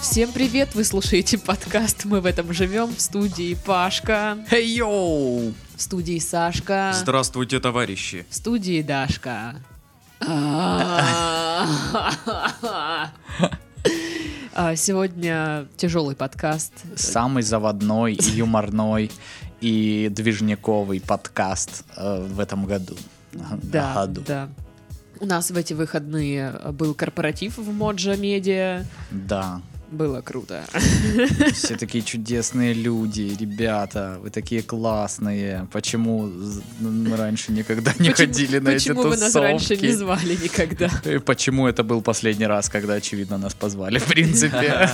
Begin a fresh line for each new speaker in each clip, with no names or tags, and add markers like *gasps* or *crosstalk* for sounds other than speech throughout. Всем привет! Вы слушаете подкаст «Мы в этом живем» в студии Пашка,
Эй, йоу!
в студии Сашка,
Здравствуйте, товарищи.
в студии Дашка. А, Сегодня тяжелый подкаст.
Самый заводной, и юморной и движниковый подкаст э, в этом году. На
Да,
году.
да. У нас в эти выходные был корпоратив в Моджа Медиа.
Да.
Было круто.
Все такие чудесные люди, ребята, вы такие классные. Почему з- н- раньше никогда не
Почему-
ходили на эти
Почему вы нас раньше не
тусовки?
звали никогда?
И Почему это был последний раз, когда, очевидно, нас позвали, в
*laughs*
принципе?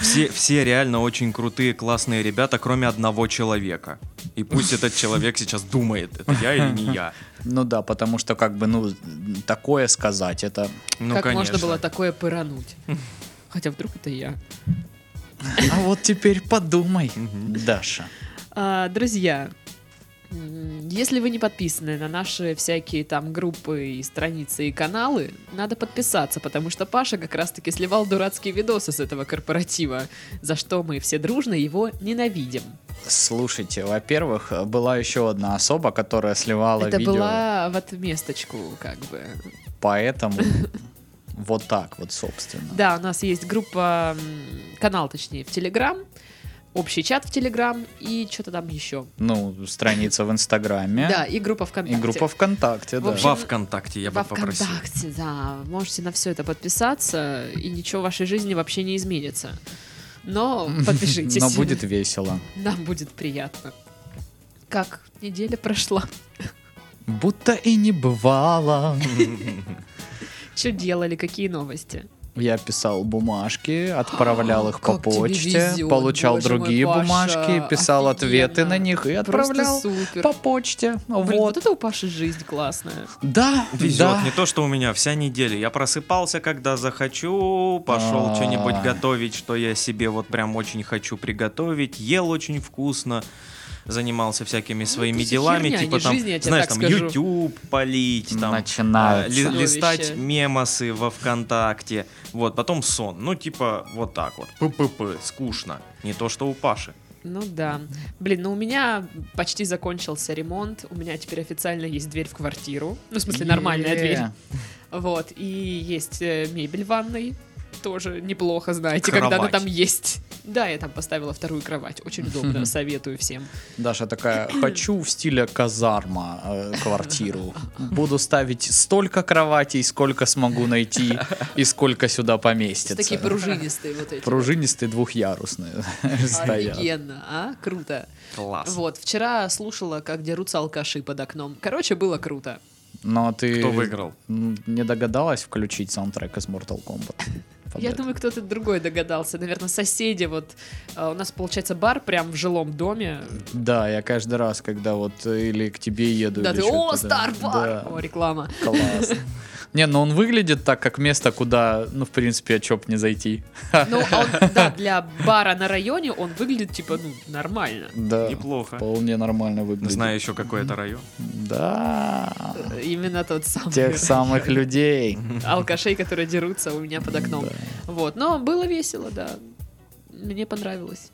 Все, все реально очень крутые, классные ребята, кроме одного человека. И пусть этот человек сейчас думает, это я или не я.
Ну да, потому что, как бы, ну, такое сказать, это...
*laughs*
Ну,
как
конечно.
можно было такое
*laughs*
пырануть? Хотя вдруг это я.
А вот теперь подумай,
Мгм.
Даша.
А, друзья, м, если вы не подписаны на наши всякие там группы и страницы и каналы, надо подписаться, потому что Паша как раз-таки сливал дурацкие видосы с этого корпоратива, за что мы все дружно его ненавидим.
Слушайте, во-первых, была еще одна особа, которая сливала
Это
видео,
была в отместочку, как бы. *laughs*
поэтому вот так вот, собственно.
Да, у нас есть группа, м, канал, точнее, в Телеграм, общий чат в Телеграм и что-то там еще.
Ну, страница в Инстаграме
Да, и группа
и
ВКонтакте.
группа ВКонтакте,
В
да.
общем,
Во ВКонтакте я
Во
бы попросил.
ВКонтакте, да. Можете на все это подписаться, и ничего в вашей жизни вообще не изменится.
*laughs*
Но подпишитесь.
Но будет весело.
Нам будет приятно. Как неделя прошла? *laughs*
Будто и не бывало.
Что делали? Какие новости?
Я писал бумажки, отправлял их по
Как тебе
почте,
везет,
получал
боже мой,
другие
Паша,
бумажки, писал ответы на
офигенно.
них и
Просто
отправлял
супер.
по почте.
Блин, вот
Вот.
это у Паши жизнь классная.
Да,
Везет,
да.
не то, что у меня вся неделя. Я просыпался, когда захочу, пошел
А.
что-нибудь готовить, что я себе вот прям очень хочу приготовить, ел очень вкусно, занимался всякими своими
Ну, это всё
делами,
херня,
типа
не
там,
жизнь, я тебе
знаешь,
так
там
скажу.
YouTube полить, там а,
Начинается.
ли-
Чудовище.
листать мемосы во ВКонтакте, вот, потом сон, ну типа вот так вот, ппп, скучно, не то что у Паши.
Ну да. Блин, ну у меня почти закончился ремонт. У меня теперь официально есть дверь в квартиру. Ну, в смысле, нормальная
Е.
дверь. Вот, и есть э, мебель в ванной. Тоже неплохо, знаете, когда она
Кровать.
там есть. Да, я там поставила вторую кровать. *laughs* Очень удобно, советую всем.
Даша такая,
*clears throat*
хочу в стиле казарма э, квартиру. Буду ставить столько кроватей, сколько смогу найти и сколько сюда
Такие
поместится.
пружинистые вот эти.
Пружинистые двухъярусные *laughs* стоят.
Офигенно, а? Круто.
Класс.
Вот, вчера слушала, как дерутся алкаши под окном. Короче, было круто.
Но ты
Кто выиграл?
м, не догадалась включить саундтрек из Mortal Kombat?
*laughs*
под
Я
это?
думаю, кто-то другой догадался. Наверное, соседи. Вот э, у нас, получается, бар прям в жилом доме.
Да, я каждый раз, когда вот э, или к тебе еду.
Да
или
ты,
что-то,
о, стар
да.
бар! О, реклама. *laughs*
Класс. *laughs* Не, ну он выглядит так, как место, куда, ну, в принципе, а чё б не зайти.
Ну, а он, да, для бара на районе он выглядит, типа, ну, нормально.
Да,
Неплохо.
вполне нормально выглядит.
Знаю еще какой это район.
Да.
Именно тот самый.
Тех самых людей.
Алкашей, которые дерутся у меня под окном.
Да.
Вот. Но было весело, да. Мне понравилось.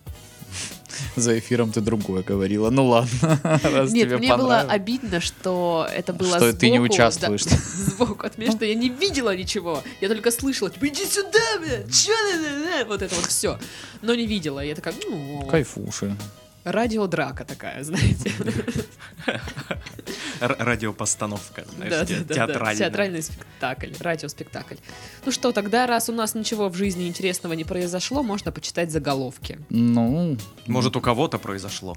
За эфиром ты другое говорила. Ну ладно, *laughs* раз
Нет,
тебе
мне было
понравилось.
обидно, что это было
Что ты не
сбоку,
участвуешь.
да, *laughs* сбоку от меня, что я не видела ничего. Я только слышала, типа, иди сюда, бля, чё ты, бля, бля», вот это вот все. Но не видела. Я такая, ну,
Кайфуши.
радиодрака такая, *laughs* знаете.
Р- радиопостановка, знаешь,
Да,
те-
да, да, да.
театральная.
Театральный спектакль, радиоспектакль. Ну что, тогда, раз у нас ничего в жизни интересного не произошло, можно почитать заголовки.
Ну,
Может, у кого-то произошло.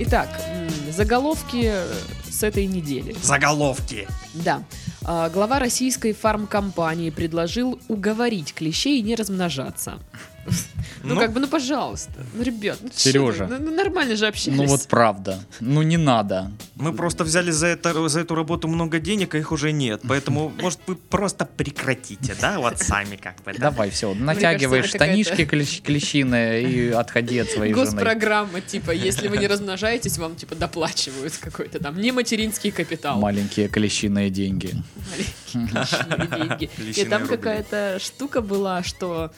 Итак, м, заголовки э, с этой недели.
Заголовки.
Да. А, Глава российской фармкомпании предложил уговорить клещей не размножаться. Ну,
Ну.
как бы, ну пожалуйста. Ну, ребят, ну чё
Серёжа.
вы? Ну, ну, нормально же общались.
Ну вот правда. Ну не надо.
Мы просто взяли за, это, за эту работу много денег, а их уже нет. Поэтому, может, вы просто прекратите, да, вот сами как бы, да?
Давай, все,
кажется,
натягивай
она
штанишки клещ- клещиные и отходи от своей жены.
Госпрограмма, типа, если вы не размножаетесь, вам, типа, доплачивают какой-то там нематеринский капитал.
Маленькие
*laughs*
клещиные деньги.
Маленькие клещиные
*laughs*
деньги. И
Клещиные
там
рубли.
какая-то штука была, что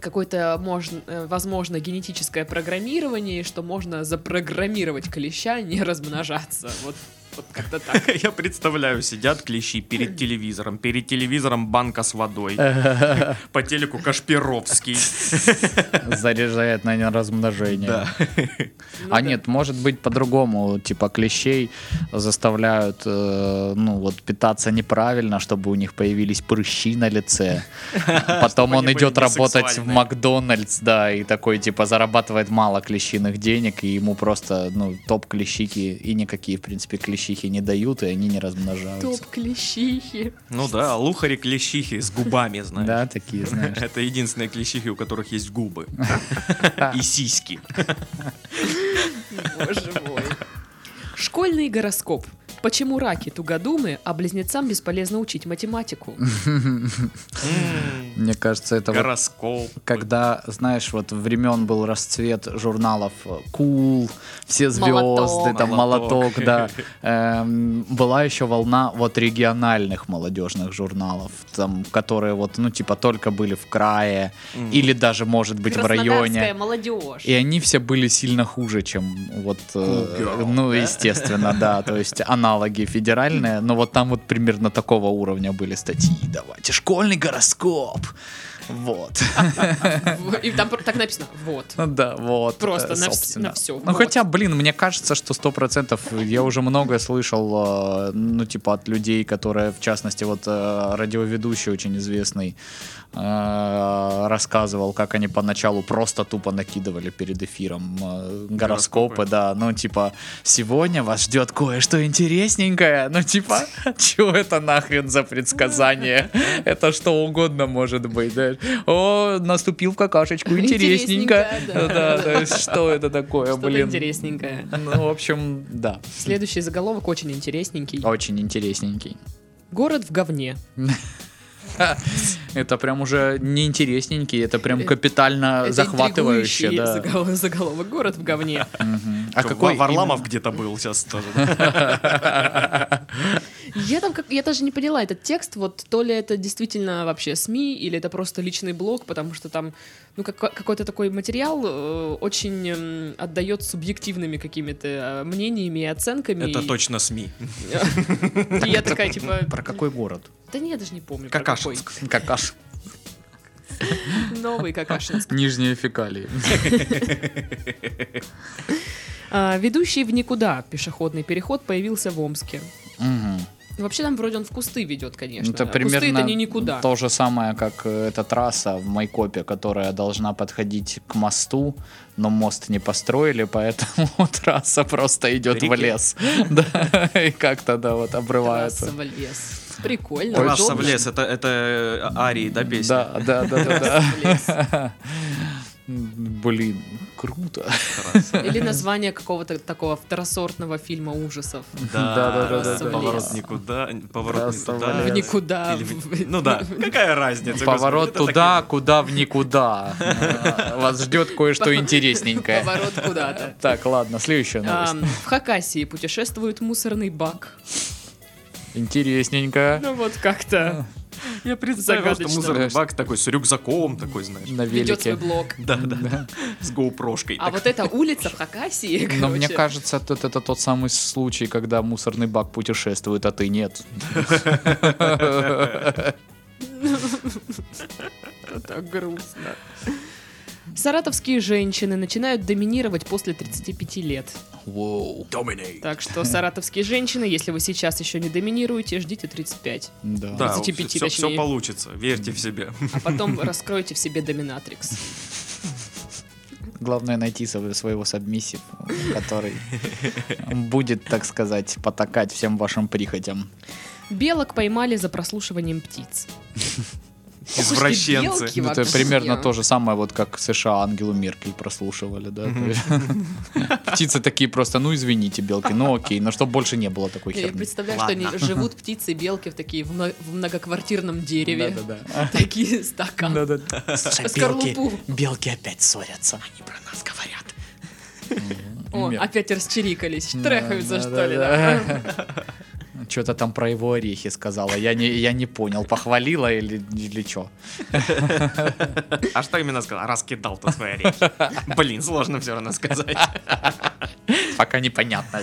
какое-то, можно, э, возможно, генетическое программирование, и что можно запрограммировать клеща а не размножаться. Вот, вот как-то так.
Я представляю, сидят клещи перед телевизором, перед телевизором банка с водой, по телеку Кашпировский.
Заряжает на неразмножение.
Да.
Ну
А
да.
нет, может быть по-другому, типа клещей заставляют, э, ну вот питаться неправильно, чтобы у них появились прыщи на лице.
*laughs*
Потом
Чтобы
он
они
идет
были
работать в
несексуальные.
Макдональдс, да, и такой типа зарабатывает мало клещиных денег, и ему просто ну топ клещики и никакие в принципе клещихи не дают, и они не размножаются.
Топ клещихи.
Ну да, лухари клещихи с губами, знаешь.
Да, такие знаешь.
Это единственные клещихи, у которых есть губы и сиськи.
Боже мой. Школьный гороскоп. Почему раки тугодумы, а близнецам бесполезно учить математику?
М,
Мне кажется, это вот
Гороскоп.
когда, знаешь, вот времен был расцвет журналов э, Кул, все звезды,
Молоток.
там молоток,
Молоток.
да. Эм, была еще волна вот региональных молодежных журналов, там, которые вот, ну, типа, только были в крае
М.
или даже, может быть, в районе.
молодежь.
И они все были сильно хуже, чем вот, э,
Cool girl,
ну,
да?
естественно, да, то есть аналоги федеральные, но вот там вот примерно такого уровня были статьи, давайте, школьный гороскоп, вот.
В- И там пр- так написано. Вот.
Ну Да, вот.
Просто
э,
на вс-
собственно.
на всё,
Ну
вот.
хотя, блин, мне кажется, что сто процентов я уже многое слышал, э, ну типа от людей, которые, в частности, вот э, радиоведущий очень известный э, рассказывал, как они поначалу просто тупо накидывали перед эфиром э, гороскопы,
Гороскопы.
да, ну типа сегодня вас ждет кое-что интересненькое, ну типа *laughs* чё это нахрен
*laughs*
за предсказание, это что угодно может быть, да? о наступил в какашечку, интересненько,
Интересненько, да.
да, то есть что это такое,
Что-то
блин,
интересненькое.
ну в общем, да,
Следующий заголовок очень интересненький.
очень интересненький.
Город в говне.
Это прям уже не интересненький, это прям
Э,
капитально
Это
захватывающе,
интригующий
А, да.
загол- *laughs* Заголовок. Город в говне.
Мгм.
Чё, Варламов где-то был сейчас тоже.
Я там как я даже не поняла этот текст, вот то ли это действительно вообще СМИ или это просто личный блог, потому что там ну как, какой-то такой материал э, очень эм, отдает субъективными какими-то э, мнениями и оценками.
Это
И-
точно СМИ.
*laughs* И я такая типа,
Про какой город?
да не, я даже не помню. про какой.
Какашинск.
Какаш.
*laughs* Новый Какашинск.
Нижние фекалии.
А, Ведущий в никуда пешеходный переход появился в Омске.
Мгм.
Ну, Вообще там вроде он в кусты ведет, конечно.
Ну, Это
А Кусты
примерно
это не никуда.
то же самое, как э, эта трасса в Майкопе, которая должна подходить к мосту, но мост не построили, *laughs* поэтому трасса просто идет в
реке.
лес. *laughs* Да, и как-то, да, вот
Трасса
обрывается.
в лес. Прикольно.
Трасса в
удобно.
лес, это, это Арии, да, песня?
Да, да, да, да, да.
*laughs*
Трасса в лес.
Блин, круто. *laughs*
Или название какого-то такого второсортного фильма ужасов.
Да-да-да-да-да.
Трасса в
Поворот
лес.
никуда, поворот не
Трасса в
туда.
В никуда.
Или в- Ну да, какая разница?
Поворот
господи, это
туда, куда в никуда.
*laughs*
Э, Вас ждет
*laughs*
кое-что интересненькое.
Поворот куда-то.
Так, ладно, следующая новость.
Ам, В Хакасии путешествует мусорный бак.
Интересненькая.
Ну вот как-то. Я
такие- Представил, что
загадочно.
мусорный бак такой с рюкзаком, такой, знаешь.
На
Ведет ну, свой
велике.
блог.
Да, да, да. С гоупрошкой.
А
так.
вот эта улица в Хакасии,
Но Ну, мне
короче,
кажется, тут это тот самый случай, когда мусорный бак путешествует, а ты нет.
это так грустно. Саратовские женщины начинают доминировать после 35 лет.
Воу.
Dominate.
Так что, саратовские женщины, если вы сейчас еще не доминируете, ждите 35.
Да.
Да,
35,
все,
точнее.
получится, верьте
*laughs*
в себя.
А потом раскройте в себе доминатрикс.
Главное найти сво- своего сабмиссив, *laughs* который будет, так сказать, потакать всем вашим прихотям.
Белок поймали за прослушиванием птиц.
Извращенцы.
белки
Ну, это
вообще.
примерно то же самое, вот как США Ангелу Меркель прослушивали, да. то есть. *laughs* Птицы такие просто, ну извините, белки, ну окей, но чтоб больше не было такой
Я
херни.
представляю,
Ладно.
что они живут птицы и белки в такие в мно- в многоквартирном дереве.
Да-да-да.
Такие стакан. Скорлупу.
белки опять ссорятся.
Они про нас говорят. О,
Мер-
опять расчерикались, трахаются, что ли, да?
*laughs* Что-то там про его орехи сказала. Я не, я не понял, похвалила или, или что.
А что именно сказал? Раскидал тут свои орехи. *laughs* Блин, сложно все равно сказать.
Пока непонятно.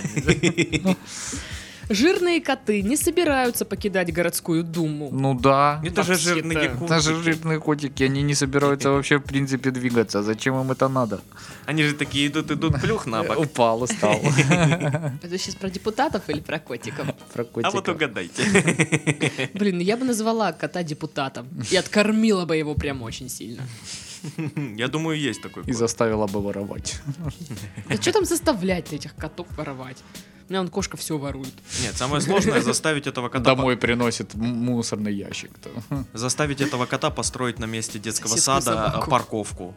Жирные коты не собираются покидать городскую думу.
*laughs* Ну да.
*laughs* Это же жирные
Вообще-то.
Это же
кукушки.
жирные котики, они не собираются вообще в принципе двигаться. Зачем им это надо?
Они же такие идут, идут, плюх на бок.
Э,
А
Упал и *laughs* стал.
Это сейчас про депутатов или про котиков?
Про
А вот
котиков.
угадайте.
Блин, ну я бы назвала кота депутатом. И откормила бы его прям очень сильно.
*laughs* Я думаю, есть такой.
И
кот.
заставила бы воровать.
Да что А там заставлять этих котов воровать? У меня он кошка все ворует.
Нет, самое сложное заставить этого
А
кота
Домой приносит м- мусорный ящик. *laughs* там.
заставить этого кота построить на месте детского
Соседскую
сада
собаку.
э, парковку.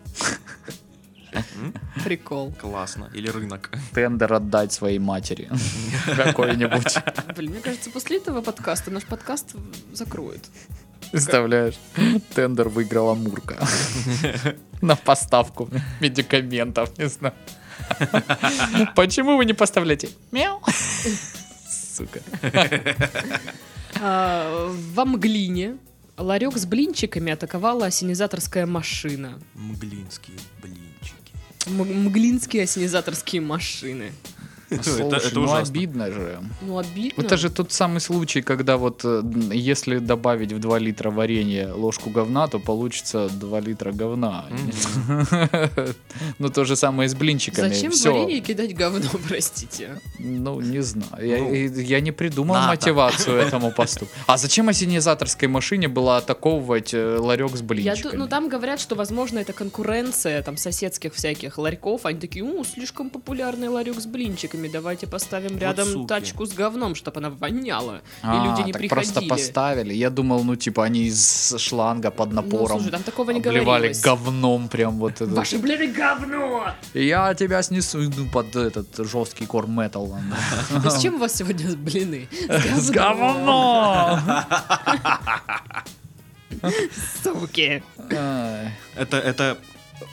М?
Прикол.
Классно. Или рынок. *laughs*
Тендер отдать своей матери. *laughs* Какой-нибудь.
Блин, мне кажется, после этого подкаста наш подкаст закроют.
Представляешь? Тендер выиграла Мурка.
*laughs*
На поставку медикаментов, не знаю. Почему вы не поставляете? Мяу. Сука.
А, в Амглине ларек с блинчиками атаковала осенизаторская машина.
Мглинские блинчики.
М- мглинские осенизаторские машины.
Это
Слушай,
это
ну
ужасно.
обидно же.
Ну, обидно.
Это же тот самый случай, когда вот э, н- если добавить в 2 литра варенья ложку говна, то получится 2 литра говна. *laughs* Ну, то же самое и с блинчиками.
Зачем в
Всё.
варенье кидать говно, *laughs* простите? а?
Ну, не знаю. Я,
Ну,
и- я не придумал
надо.
мотивацию этому посту. А зачем осенизаторской машине было атаковывать э, ларек с
Я,
блинчиками?
ду- ну, там говорят, что, возможно, это конкуренция там соседских всяких ларьков. Они такие, ну, слишком популярный ларек с блинчиками, давайте поставим рядом
суки.
тачку с говном, чтобы она воняла.
А,
и люди не
так
приходили.
просто поставили. Я думал, ну, типа, они из шланга под
Ну,
напором
слушай, там такого не
обливали
говорилось.
говном прям вот это.
Ваше, блин, говно!
Я тебя снесу ну, под этот жесткий кор метал.
*laughs* Да с чем у вас сегодня блины?
*laughs*
С Суки!
Ай.
Это, это...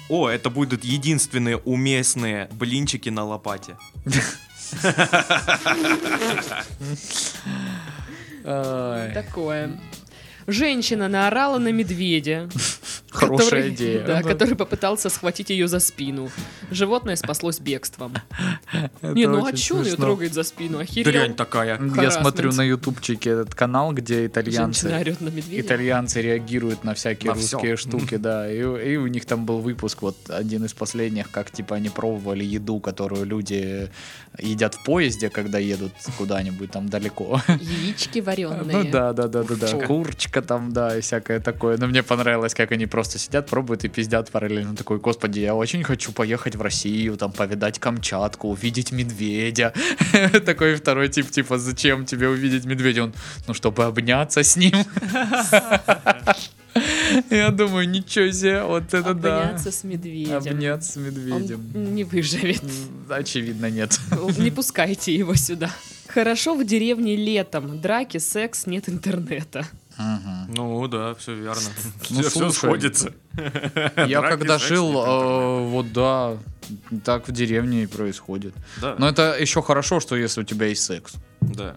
О, это будут единственные уместные блинчики на лопате.
Ай.
Такое. Женщина наорала на медведя.
Хорошая
который-
идея.
Да, который попытался схватить ее за спину. Животное спаслось бегством. Не, ну а че он ее трогает за спину?
Дрянь
Охерел.
такая.
Я
Харасмент.
смотрю на ютубчике этот канал, где
Женщина
итальянцы
орет на медведя.
итальянцы реагируют на всякие
На всё.
русские штуки, да. И, и у них там был выпуск, вот один из последних, как типа они пробовали еду, которую люди едят в поезде, когда едут куда-нибудь там далеко.
Яички
Ну
вареные.
да, да, да, да, да.
Курочка.
Курочка там, да, и всякое такое. Но мне понравилось, как они просто сидят, пробуют и пиздят параллельно. Такой, господи, я очень хочу поехать в Россию, там повидать Камчатку, увидеть медведя. *laughs* Такой второй тип, типа, зачем тебе увидеть медведя? Он, ну, чтобы обняться с ним. *laughs* Я думаю, ничего себе, вот это да.
Обняться с медведем.
Обняться с медведем.
Он не выживет.
М, Очевидно, *laughs* нет.
*laughs* Не пускайте его сюда. Хорошо в деревне летом. Драки, секс, нет интернета.
Мгм.
Ну да, все верно. *laughs*
Ну,
Все- Все
слушай.
сходится.
Я
Драки,
когда
секс,
жил,
нет
э, вот да, так в деревне и происходит.
Да,
Но это еще хорошо, что если у тебя есть секс.
да.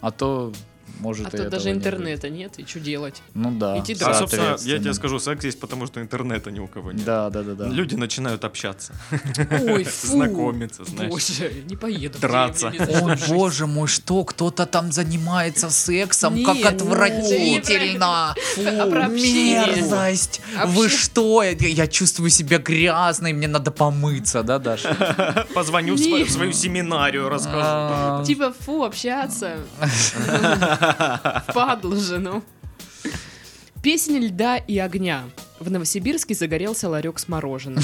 А то, может,
А
и
тут
Ну, этого
даже
не
интернета нет, и что делать?
будет. Ну да.
Идти
А,
драться.
собственно, я тебе
соответственно.
скажу, секс есть потому, что интернета ни у кого нет.
Да, да, да, да.
Люди начинают общаться, *laughs*
Ой, фу.
знакомиться, знаешь.
Боже, не поеду. в
Драться.
деревню, не
О,
зажжусь.
боже мой, что, кто-то там занимается сексом,
Не,
как
ну,
отвратительно,
А про
Фу,
общение?
мерзость, вы
Обще-
что, я, я чувствую себя грязной, мне надо помыться, да, Даша?
Позвоню в свою-
Нет.
в свою семинарию, расскажу.
А,
Типа, фу, общаться. Падл же, ну. Песня льда и огня. В Новосибирске загорелся ларек с мороженым.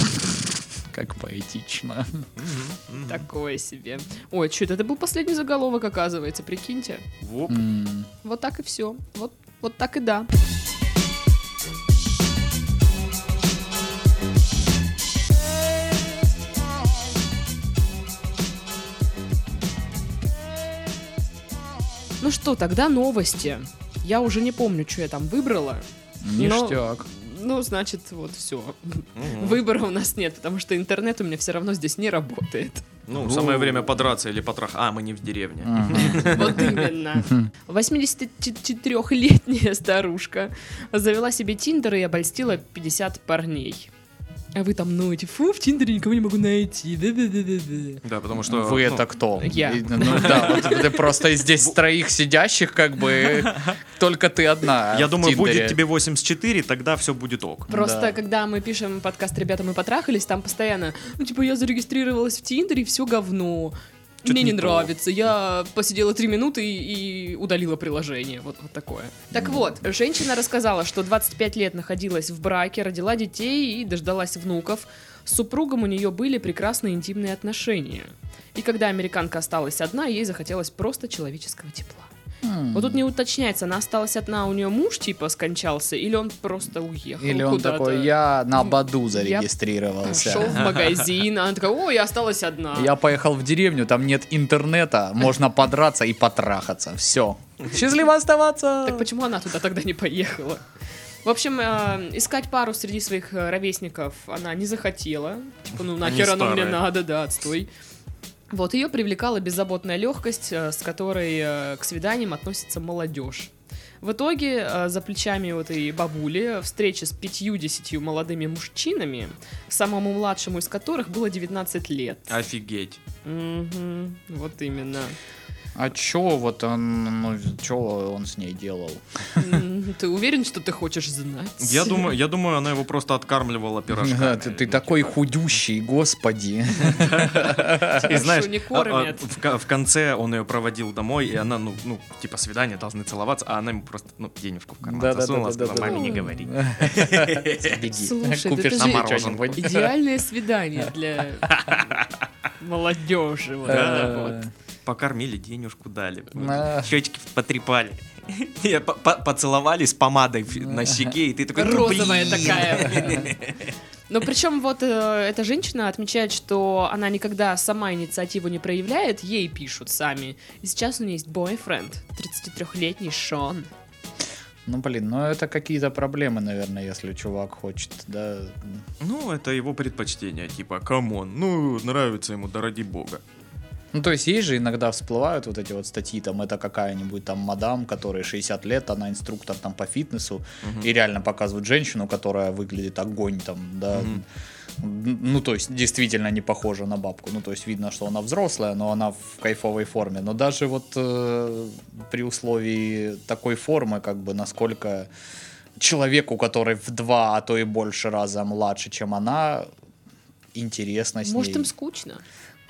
Как поэтично.
Такое себе. Ой, чуть, это был последний заголовок, оказывается, прикиньте.
Воп.
М.
Вот так и все. Вот, вот так и да. Ну что, тогда новости. Я уже не помню, что я там выбрала.
Ништяк.
Ну, значит, вот все.
Мгм.
Выбора у нас нет, потому что интернет у меня все равно здесь не работает.
Ну, самое время подраться или потрах. А, мы не в деревне.
ну,
Мгм.
Вот именно. 84-летняя старушка завела себе Тиндер и обольстила 50 парней. А вы там ноете, фу, в Тиндере никого не могу найти. да-да-да-да-да».
Да, потому что...
Вы
ну,
это кто?
Я.
И, ну да, вот ты
*laughs*
просто из здесь троих сидящих, как бы, только ты одна.
*laughs* Я
А в
думаю, будет
Тиндере.
тебе 84, тогда все будет ок.
Просто
Да.
когда мы пишем подкаст «Ребята, мы потрахались», там постоянно, ну, типа, я зарегистрировалась в Тиндере, все говно.
Чё-то
Мне не,
не то.
нравится. Я посидела три минуты и, и удалила приложение. Вот, вот такое. Так вот, женщина рассказала, что 25 лет находилась в браке, родила детей и дождалась внуков. С супругом у нее были прекрасные интимные отношения. И когда американка осталась одна, ей захотелось просто человеческого тепла.
М.
Вот тут не уточняется, она осталась одна, у нее муж типа скончался, или он просто уехал
Или он
ну, куда-то.
такой, я на Баду
Пошел
зарегистрировался.
в магазин, а она такая, ой, я осталась одна.
Я поехал в деревню, там нет интернета, можно подраться и потрахаться.
*laughs*
Все. Счастливо оставаться.
Так почему она туда тогда не поехала? В общем, э, искать пару среди своих э, ровесников она не захотела. Типа, ну нахер оно мне
старые.
надо, да, отстой. Вот, ее привлекала беззаботная легкость, э, с которой э, к свиданиям относится молодежь. В итоге, э, за плечами у этой бабули, встреча с пятью-десятью молодыми мужчинами, самому младшему из которых было 19 лет.
А Офигеть.
Мгм, вот именно.
А чё вот он, ну, чё он с ней делал?
М, Ты уверен, что ты хочешь знать?
Я думаю, я думаю, она его просто откармливала
Да,
пирожками.
*laughs* Ты, ты такой
типа.
худющий, господи.
И знаешь,
Хорошо, не
а- а
кормят.
в, ко- в конце он ее проводил домой, и она, ну, ну, типа, свидание должны целоваться, а она ему просто, ну, денежку в карман
Да-да-да-да-да-да.
засунула, сказала, маме не
*laughs*
говори.
Беги,
Слушай, да
купишь
ты
на
же-
*laughs* мороженое.
а Идеальное свидание для молодежи. вот это вот.
Э,
Покормили, денежку
*laughs*
дали.
Да.
Щечки потрепали. *laughs* Не, по- по- Поцеловали с помадой в-
*laughs*
на щеке, и ты такой, ну,
Розовая
блин.
такая. Но причем вот э, эта женщина отмечает, что она никогда сама инициативу не проявляет, ей пишут сами. И сейчас у нее есть бойфренд, 33-летний Шон.
Ну, блин, ну это какие-то проблемы, наверное, если чувак хочет, да.
*laughs* Ну, это его предпочтение, типа, камон, ну, нравится ему, да ради бога.
Ну, то есть есть же иногда всплывают вот эти вот статьи, там, это какая-нибудь там мадам, которой 60 лет, она инструктор там по фитнесу, и реально показывают женщину, которая выглядит огонь там, да.
Мгм.
Н- Ну, то есть, действительно не похожа на бабку. Ну, то есть, видно, что она взрослая, но она в кайфовой форме. Но даже вот э, при условии такой формы, как бы, насколько человеку, который в два, а то и больше раза младше, чем она, интересно А с
Может,
ней.
им скучно.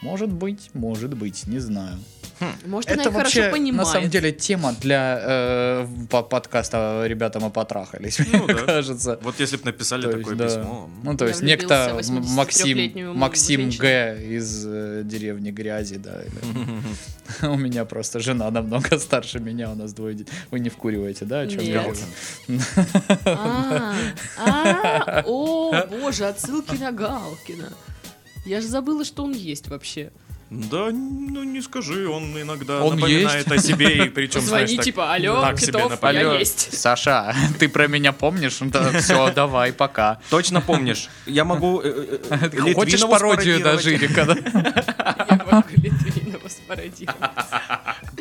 Может быть, может быть, не знаю.
Может, она
Это
их
вообще,
Ну, хорошо
на самом
понимает.
деле, тема для э, по- подкаста «Ребята, мы потрахались»,
Ну
мне
да.
кажется.
Вот если бы написали
То есть,
такое
да.
письмо... м.
Ну, то
Я
есть,
влюбился
некто
в 83-летнюю
Максим,
м-
Максим
женщину.
Г. из э, деревни Грязи, да. или- *laughs* У меня просто жена намного *laughs* старше меня, у нас двое детей. Вы не вкуриваете, да, о чем
Нет.
я говорю?
А, а, О, боже, отсылки на Галкина. Я же забыла, что он есть вообще.
Да, ну не скажи, он иногда
Он
напоминает о себе, и причем, знаешь,
Звони
так-
типа, алло,
так себе
Китов,
напоминает.
я есть. *laughs*
Саша, *laughs* ты про меня помнишь? все, *laughs* давай, пока.
Точно помнишь? Я могу... э, э, э, Литвинову
Хочешь пародию на
спародировать?
Жирика? да?
Я могу Литвинова спародировать.
*laughs*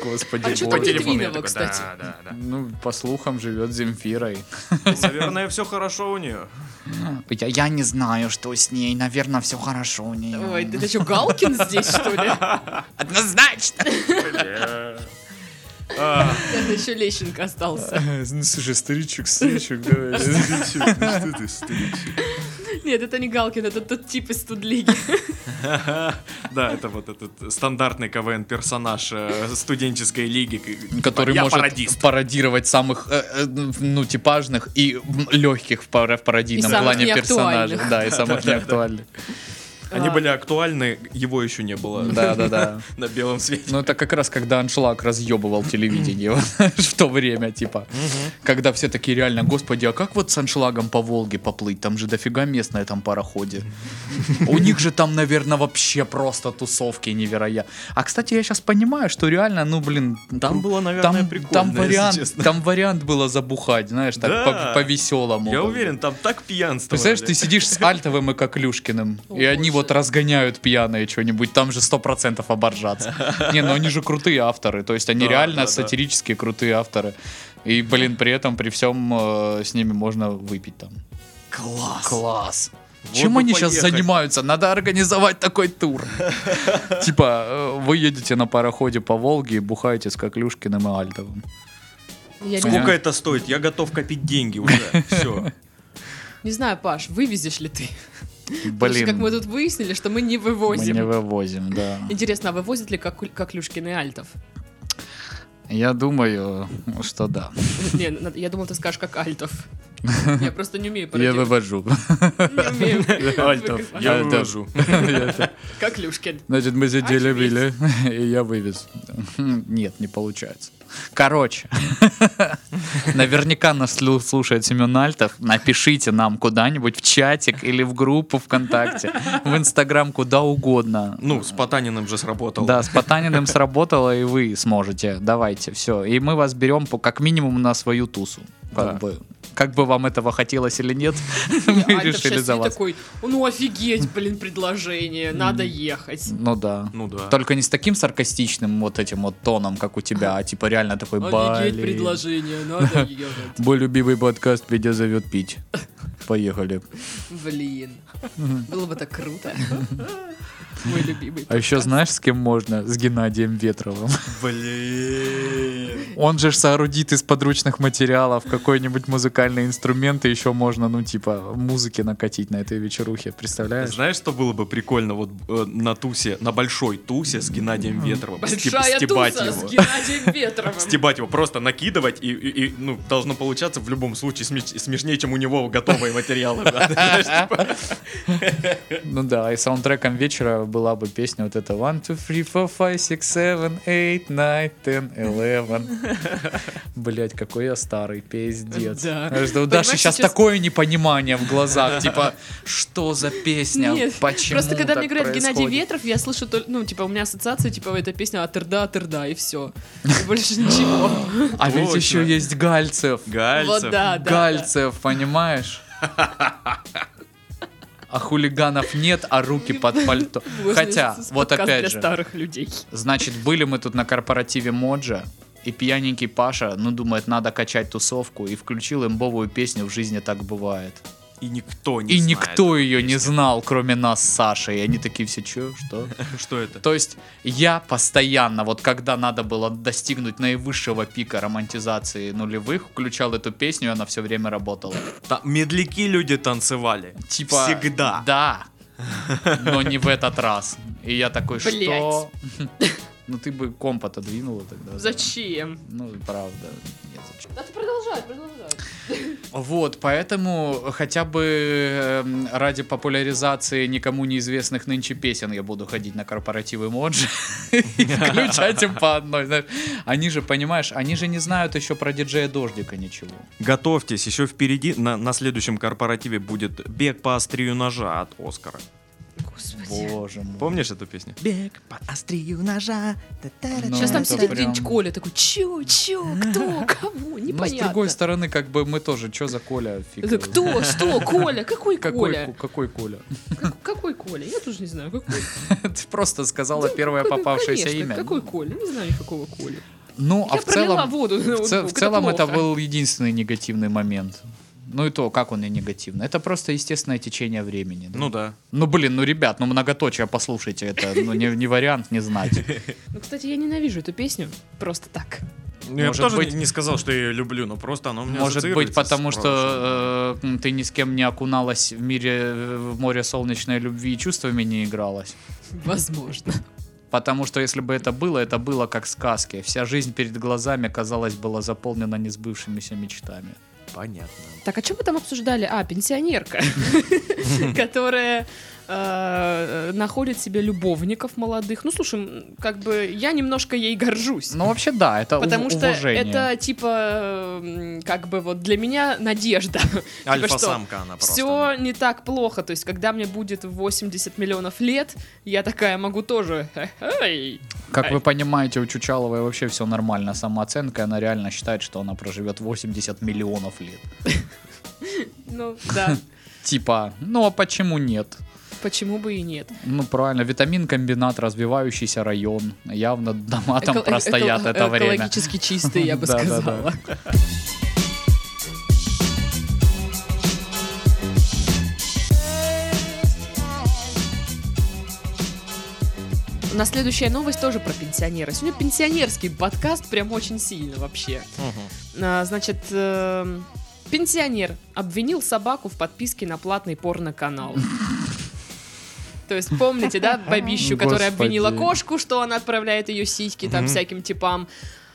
Господи,
А чё
По
там
боже.
телефону я
Литвинова,
такой, да,
кстати.
да, да.
Ну, по слухам, живет с Земфирой.
Наверное, все хорошо у нее.
Я, я не знаю, что с ней. Наверное, все хорошо у нее.
Ой, ты что, Галкин здесь, что ли?
Однозначно!
*laughs*
*laughs*
Это еще Лещенко остался.
Ну, Слушай, старичок, старичок, давай.
*laughs* Нет, это не Галкин, это тот тип из Тудлиги.
Да, это вот этот стандартный КВН-персонаж э, студенческой лиги. к- типа,
Который
я
может
пародист.
пародировать самых, э, э, ну, типажных и легких в пар- в пародийном
И самых
плане персонажей.
неактуальных.
Да, и самых неактуальных.
Они
А.
были актуальны, его еще не было
Да, да, да.
*laughs* на белом свете.
Ну, это как раз когда аншлаг разъебывал телевидение вот, *laughs* в то время, типа. Когда все такие реально, господи, а как вот с аншлагом по Волге поплыть? Там же дофига мест на этом пароходе. У них же там, наверное, вообще просто тусовки невероятные. А, кстати, я сейчас понимаю, что реально, ну, блин...
Там
кру-
было, наверное,
там,
прикольно,
там
если
вариант,
честно.
там вариант было забухать, знаешь, так
Да.
по- по-веселому.
Я уверен, там так пьянство.
Представляешь, ты сидишь с Альтовым и Коклюшкиным,
О,
и они
боже.
вот разгоняют пьяные что-нибудь, там же сто процентов оборжаться. Не, ну они же крутые авторы, то есть
Да,
они
да,
реально
да.
сатирические крутые авторы. И, блин, при этом, при всем э, с ними можно выпить там.
Класс.
Класс!
Вот
Чем
бы
они сейчас
поехать.
занимаются? Надо организовать
*laughs*
такой тур. Типа, э, вы едете на пароходе по Волге и бухаете с Коклюшкиным и Альтовым.
Я не,
Сколько это стоит? Я готов копить деньги
*laughs*
уже. Все.
не знаю, Паш, вывезешь ли ты? Потому что, как мы
Блин,
тут выяснили, что мы не
мы
вывозим.
не вывозим, да.
Интересно, а вывозят ли как, Коклюшкин и Альтов?
Я думаю, ну что да.
Не, на- я думал, ты скажешь, как Альтов. Я просто не умею пародировать.
вывожу.
Не умею.
*laughs* Альтов.
Я
Да, да.
вывожу.
Коклюшкин.
Значит, мы сидели,
Альтов
били, *laughs* и я вывез. Нет, не получается. Короче, *laughs* наверняка нас слю- слушает Семен Альтов. Напишите нам куда-нибудь в чатик или в группу ВКонтакте, в Инстаграм, куда угодно.
Ну, с Потаниным же сработал.
Да, с Потаниным сработало, и вы сможете. Давайте, все. И мы вас берем по, как минимум на свою тусу. Как,
Да.
бы, как бы вам этого хотелось или нет, мы
Альтов
решили
сейчас
за вас.
такой, ну офигеть, блин, предложение, надо ехать.
Ну да.
Ну да.
Только не с таким саркастичным вот этим вот тоном, как у тебя, а типа реально такой
Офигеть,
блин.
предложение, надо ехать.
Мой любимый подкаст меня зовет пить. Поехали.
*laughs* Блин, было бы так
*laughs*
круто. Мой любимый.
А еще знаешь, с кем можно? С Геннадием Ветровым.
Блин.
Он же ж соорудит из подручных материалов какой-нибудь музыкальный инструмент, и еще можно, ну, типа, музыки накатить на этой вечерухе, представляешь?
Знаешь, что было бы прикольно вот э, на тусе, на большой тусе с Геннадием Ветровым? Стеб-
Большая
стебать
туса с
его.
Геннадием Ветровым.
Стебать его, просто накидывать, и, и- и, ну, должно получаться в любом случае смеш- смешнее, чем у него готовые материалы.
*laughs*
да. Знаешь, типа,
Ну да, и саундтреком вечера была бы песня вот эта 1, 2, 3, 4, 5, 6, 7, 8, 9, 10, 11. Блять, какой я старый, пиздец.
Да.
Потому что У
Понимаешь,
Даши сейчас
сейчас-
такое непонимание в глазах, типа, что за песня,
Нет,
почему
Просто когда
так
мне говорят Геннадий
происходит?
Ветров, я слышу, тол- ну, типа, у меня ассоциация, типа, эта песня Атырда, Атырда, и все.
*laughs*
Больше ничего.
А ведь
Точно.
еще есть Гальцев.
Вот
Гальцев.
А, да, да. да.
Гальцев, понимаешь? А хулиганов нет, а руки под
*laughs*
пальто.
Боже,
Хотя,
с- с-
вот
подкаст
опять
для
же,
старых людей.
Значит, были мы тут на корпоративе Моджа, и пьяненький Паша, ну, думает, надо качать тусовку, и включил имбовую песню «В жизни так бывает».
И никто не
и
знает,
никто ее не знал, кроме нас с Сашей. И они такие все, че, что? *laughs*
что это.
То есть я постоянно, вот когда надо было достигнуть наивысшего пика романтизации нулевых, включал эту песню, и она все время работала.
Та- медляки люди танцевали.
Типа...
*laughs*
Всегда.
Да. Но не в этот раз. И я такой, что? *laughs* Ну ты бы комп отодвинула тогда.
Зачем?
Ну, правда. Нет, зачем?
Да ты продолжай, продолжай.
Вот, поэтому хотя бы эм, ради популяризации никому неизвестных нынче песен я буду ходить на корпоративы Моджи *laughs* и включать им по одной. знаешь. Они же, понимаешь, они же не знают еще про диджея Дождика ничего.
Готовьтесь, еще впереди на, на следующем корпоративе будет бег по острию ножа от Оскара.
Господи.
Боже мой.
Помнишь эту песню?
Бег по острию ножа.
Ну,
Сейчас там
это
сидит
прям-
где-нибудь Коля такой, чё, чё,
*laughs*
кто, кого,
Но с
непонятно.
другой стороны, как бы мы тоже, что за Коля? Фиг
Это
его
кто, что, Коля, какой
*laughs* Какой, Ку-
Коля?
какой Коля?
Как- Какой Коля? Я тоже не знаю, какой.
*laughs* Ты просто сказала
Ну,
первое
какой-
попавшееся
конечно,
имя.
Какой Коля? Не знаю никакого Коля.
Ну, а
Я
в
пролила
целом,
воду на
в, ц-
ноутбук,
в
это
целом это
плохо.
был единственный негативный момент. Ну и то, как он и негативный. Это просто естественное течение времени. да.
Ну да.
Ну, блин, ну, ребят, ну, многоточие послушайте это. Ну, не, не вариант не знать.
Ну, кстати, я ненавижу эту песню просто так.
я бы
Может
тоже
быть-
не- не сказал, что я ее люблю, но просто оно у меня
Может быть,
ассоциируется с
потому
прошлым.
что э, м, ты ни с кем не окуналась в мире, э, в море солнечной любви и чувствами не игралась.
Возможно.
Потому что если бы это было, это было как сказки. Вся жизнь перед глазами, казалось, была заполнена несбывшимися мечтами.
Понятно.
Так, а что мы там обсуждали? А, пенсионерка, *laughs* которая э, находит себе любовников молодых. Ну, слушай, м, как бы я немножко ей горжусь.
Ну, вообще, да, это
Потому
ув-
что
уважение.
это типа, м, как бы вот для меня надежда.
а Альфа-самка
А
она просто.
Все не так плохо. То есть, когда мне будет 80 миллионов лет, я такая могу тоже. «Эй,
Как
А.
вы понимаете, у Чучаловой вообще все нормально. Самооценка, она реально считает, что она проживет 80 миллионов лет.
Ну,
*laughs*
да.
Типа, ну а почему нет?
Почему бы и нет?
Ну правильно, витамин-комбинат, развивающийся район. Явно дома А там
Эко- э-
простоят
эко-
это время.
Экологически чистый,
*laughs*
я бы
Да-да-да.
сказала. У нас следующая новость тоже про пенсионера. Сегодня пенсионерский подкаст прям очень сильно вообще.
Мгм.
А, Значит, эм, пенсионер обвинил собаку в подписке на платный
*laughs*
порноканал. То есть помните, да, бабищу, которая
Господи.
обвинила кошку, что она отправляет ее сиськи там
Мгм.
всяким типам.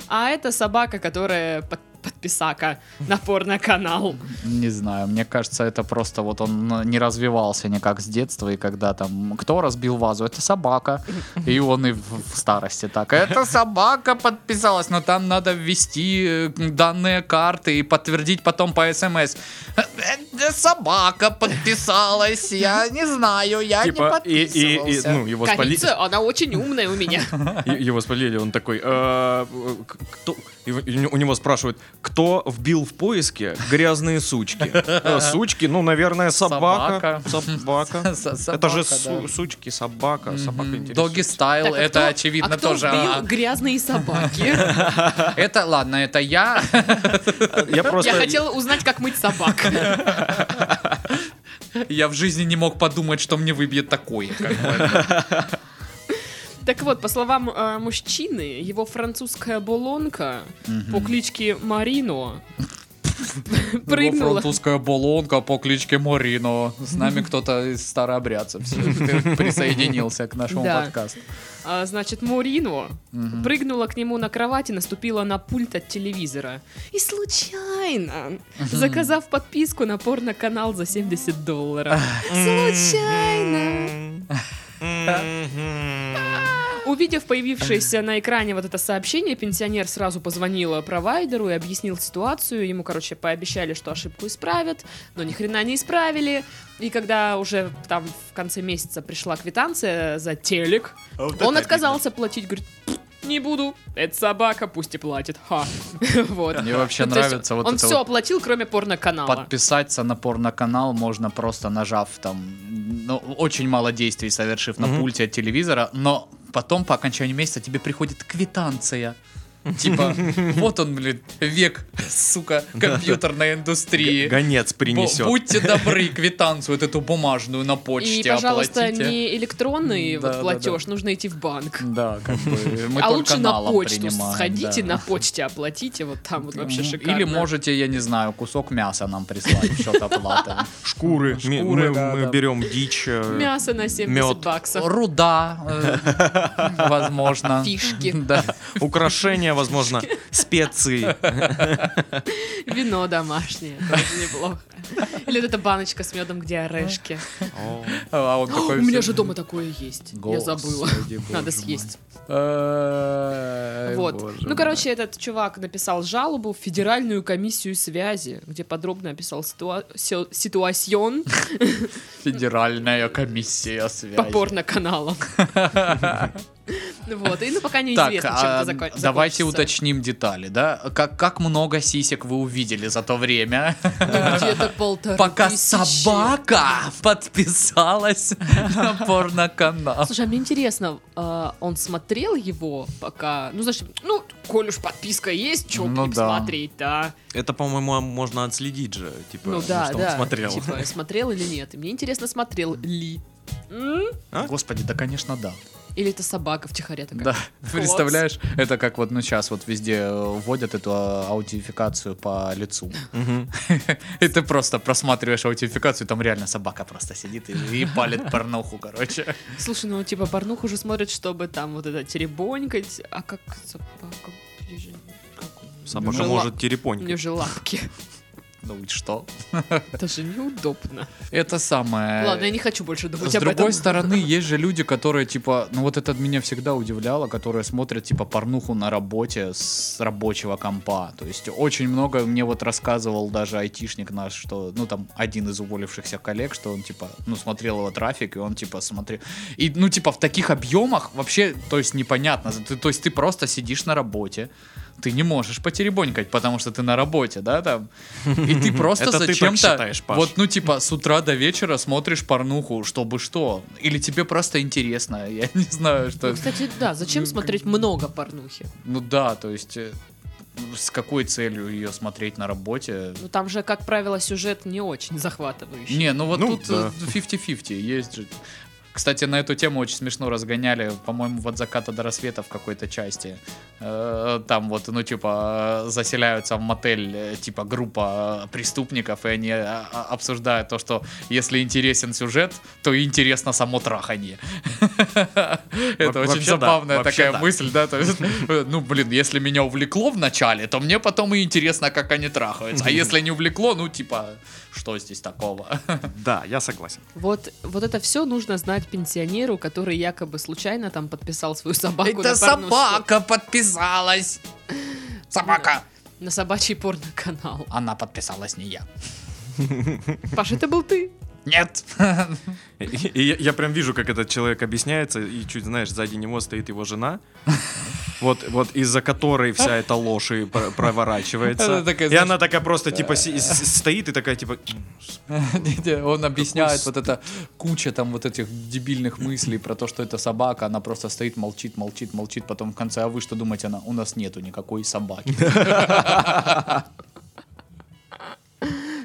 А это собака, которая под- подписака на порноканал.
Не знаю, мне кажется, это просто вот он не развивался никак с детства, и когда там, кто разбил вазу, это собака, и он и в в старости так, это собака подписалась, но там надо ввести э, данные карты и подтвердить потом по смс. Это собака подписалась, я не знаю,
А
я не
Типа, и, и- и,
подписывался.
ну, его спалили.
Корица, она очень умная у
*laughs*
меня.
Его спалили, он такой, «Э, э, к- кто? И у у него спрашивают, кто вбил в поиске
*laughs*
грязные сучки? Э, Сучки, ну, наверное, собака.
*laughs*
*laughs*
Собака.
С- с-
ну, Это же
собака, да.
су- сучки, собака. Собака
Мгм.
интересует.
Доги стайл,
Так, а
это
кто-
очевидно
а кто
тоже.
вбил
а,
грязные собаки.
Это ладно, это я. *laughs*
Я
Я
просто...
хотела узнать, как мыть собак.
Я в жизни не мог подумать, что мне выбьет такое.
Так вот, по словам э, мужчины, его французская болонка по кличке Марино прыгнула.
французская болонка по кличке Морино.
*laughs*
С нами кто-то из старообрядцев всё-таки присоединился к нашему
Да.
подкасту.
а, значит, Морино прыгнула к нему на кровать и наступила на пульт от телевизора. И случайно, заказав подписку на порно-канал за 70 долларов.
М-м-м.
Случайно. Увидев появившееся на экране вот это сообщение, пенсионер сразу позвонил провайдеру и объяснил ситуацию. Ему, короче, пообещали, что ошибку исправят, но ни хрена не исправили. И когда уже там в конце месяца пришла квитанция за телек, он отказался платить, говорит, «Пф, не буду, это собака, пусть и платит. Ха. *laughs* Вот.
Мне вообще
Ну, то есть
нравится вот
Он
это
все
вот.
оплатил, кроме порноканала.
Подписаться на порноканал можно просто нажав там, ну, очень мало действий совершив на
Мгм.
пульте от телевизора, но потом по окончанию месяца тебе приходит квитанция. Типа, вот он, блин, век, сука, компьютерной индустрии.
Гонец принесет.
Бу- Будьте добры, квитанцию вот эту бумажную на почте
И, пожалуйста,
оплатите.
не электронный
Да, да,
вот
да.
платеж, нужно идти в банк.
Да, как бы мы
*laughs* а
только
лучше на
налом
почту
принимаем,
сходите,
да.
на почте оплатите, вот там вот вообще
Мгм.
шикарно.
Или можете, я не знаю, кусок мяса нам прислать в счет оплаты.
*laughs*
Шкуры. Ми-
Шкуры,
Мы
да,
мы
да.
берем дичь. э,
мясо на 70
мёд.
баксов.
Руда,
*laughs*
э, возможно.
Фишки.
*laughs* Да.
Украшения, возможно, специи.
Вино домашнее, тоже неплохо. Или вот эта баночка с медом, где орешки.
О.
А он
О,
такой
У меня
всё-
же дома такое есть. Я
Господи,
забыла.
боже
Надо
мой.
съесть.
Э,
вот.
боже
ну,
мой.
короче, этот чувак написал жалобу в Федеральную комиссию связи, где подробно описал ситуа- сё- ситуацион
Федеральная комиссия связи.
по порно-каналам. *laughs* Вот, и ну пока
Так,
неизвестно, чем
а,
это закон-
давайте
закончится.
уточним детали, да? Как, как много сисек вы увидели за то время?
Ну, Где-то полторы
пока
тысячи.
собака *laughs* подписалась на порноканал.
Слушай, а мне интересно, а, он смотрел его пока... Ну, значит, ну, коль уж подписка есть, что
Ну
будем
да.
смотреть-то? а?
Это, по-моему, можно отследить же. Типа,
Ну да,
что
да.
он смотрел.
Типа, смотрел или нет. И мне интересно, смотрел ли. М?
А?
Господи, да, конечно, да.
Или это собака втихаря такая.
Да, представляешь, это как вот, ну, сейчас вот везде э, вводят эту а, аутентификацию по лицу.
Мгм.
И ты просто просматриваешь аутентификацию, там реально собака просто сидит и, и *laughs* палит порноху, короче.
Слушай, ну, типа, порнух уже смотрит, чтобы там вот это теребонькать. А как собака ближе? Как у неё
Собака
же ла- У
может
нее
терепонькать.
же лапки. *laughs*
Ну и что?
Это же неудобно.
Это самое.
Ладно, я не хочу больше думать
Э, С
об
другой
этом.
стороны, есть же люди, которые типа, ну вот это меня всегда удивляло, которые смотрят типа порнуху на работе с рабочего компа. То есть очень много мне вот рассказывал даже айтишник наш, что, ну там один из уволившихся коллег, что он типа, ну смотрел его трафик, и он типа смотрел. И ну типа в таких объемах вообще, то есть непонятно. Ты- то есть ты просто сидишь на работе, ты не можешь потеребонькать, потому что ты на работе, да, там. И
*laughs*
ты просто
Это ты так
зачем-то
считаешь, Паш.
вот ну, типа, с утра до вечера смотришь порнуху, чтобы что. Или тебе просто интересно, *laughs* я не знаю, что...
Ну, Кстати, да, зачем смотреть много порнухи?
Ну да, то есть... э, С какой целью ее смотреть на работе?
Ну там же, как правило, сюжет не очень захватывающий.
Не, ну вот
Ну,
тут э, 50-50 есть же. Кстати, на эту тему очень смешно разгоняли, по-моему, от заката до рассвета в какой-то части. Э, Там вот, ну, типа, э, заселяются в мотель, э, типа, группа э, преступников, и они э, а- обсуждают то, что если интересен сюжет, то и интересно само траханье. *laughs* Это
Во-
очень
вообще да,
забавная
вообще
такая
да.
мысль, да? То есть, э, ну, блин, если меня увлекло в начале, то мне потом и интересно, как они трахаются.
*laughs*
А если не увлекло, ну, типа, что здесь такого?
Да, я согласен.
Вот, вот это все нужно знать пенсионеру, который якобы случайно там подписал свою собаку
Это
на, порно-
собака подписалась. Собака.
на собачий порноканал.
Она подписалась, не я.
Паша, это был ты.
*laughs* Нет.
И, и я, я прям вижу, как этот человек объясняется, и чуть, знаешь, сзади него стоит его жена, вот, вот из-за которой вся эта ложь и про- проворачивается.
Она такая,
И она такая просто, типа, си- с- с- стоит и такая, типа,
Не-не, Он объясняет вот это куча там вот этих дебильных мыслей про то, что это собака. Она просто стоит, молчит, молчит, молчит. Потом в конце, а вы что думаете? Она, у нас нету никакой собаки.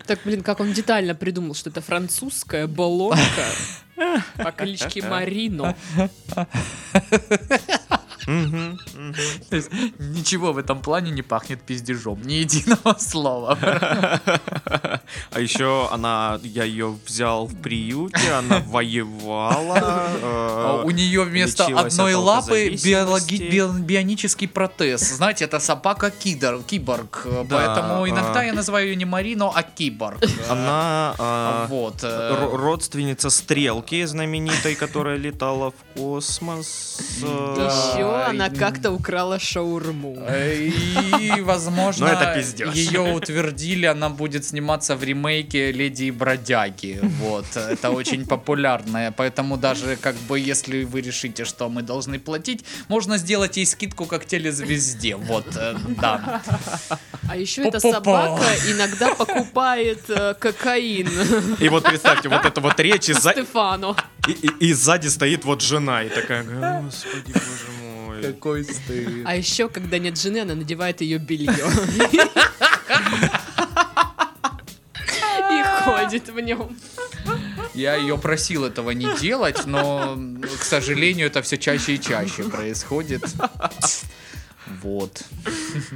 Так, блин, как он детально придумал, что это французская баллонка по кличке Марино.
*laughs* То есть Ничего в этом плане не пахнет пиздежом. Ни единого *laughs* слова.
А еще она, я ее взял в приюте, она
А
воевала.
У
э,
нее вместо
лечилась
одной
от
лапы
алкозависимости.
биологи- био- бионический протез. Знаете, это собака кидор, киборг. э,
Да,
Поэтому
а.
иногда я называю ее не Марино, а киборг.
Она э,
Вот. э,
ро- родственница стрелки знаменитой, которая летала в космос. э,
Еще
Да,
она
и-
как-то украла шаурму.
И, возможно,
*laughs* Ну, это пиздёж.
ее утвердили, она будет сниматься в ремейке «Леди и бродяги». Вот, это очень популярное, поэтому даже, как бы, если вы решите, что мы должны платить, можно сделать ей скидку, как телезвезде, вот, э, да.
А еще эта
Пу-пу-пу.
собака иногда покупает э, кокаин *laughs*
И вот представьте, вот это вот речь, и, за-
Стефану.
и- и- и сзади стоит вот жена, и такая, господи, боже мой.
Какой стыд.
А еще, когда нет жены, она надевает ее белье. И ходит в нем.
Я ее просил этого не делать, но, к сожалению, это все чаще и чаще происходит. Вот.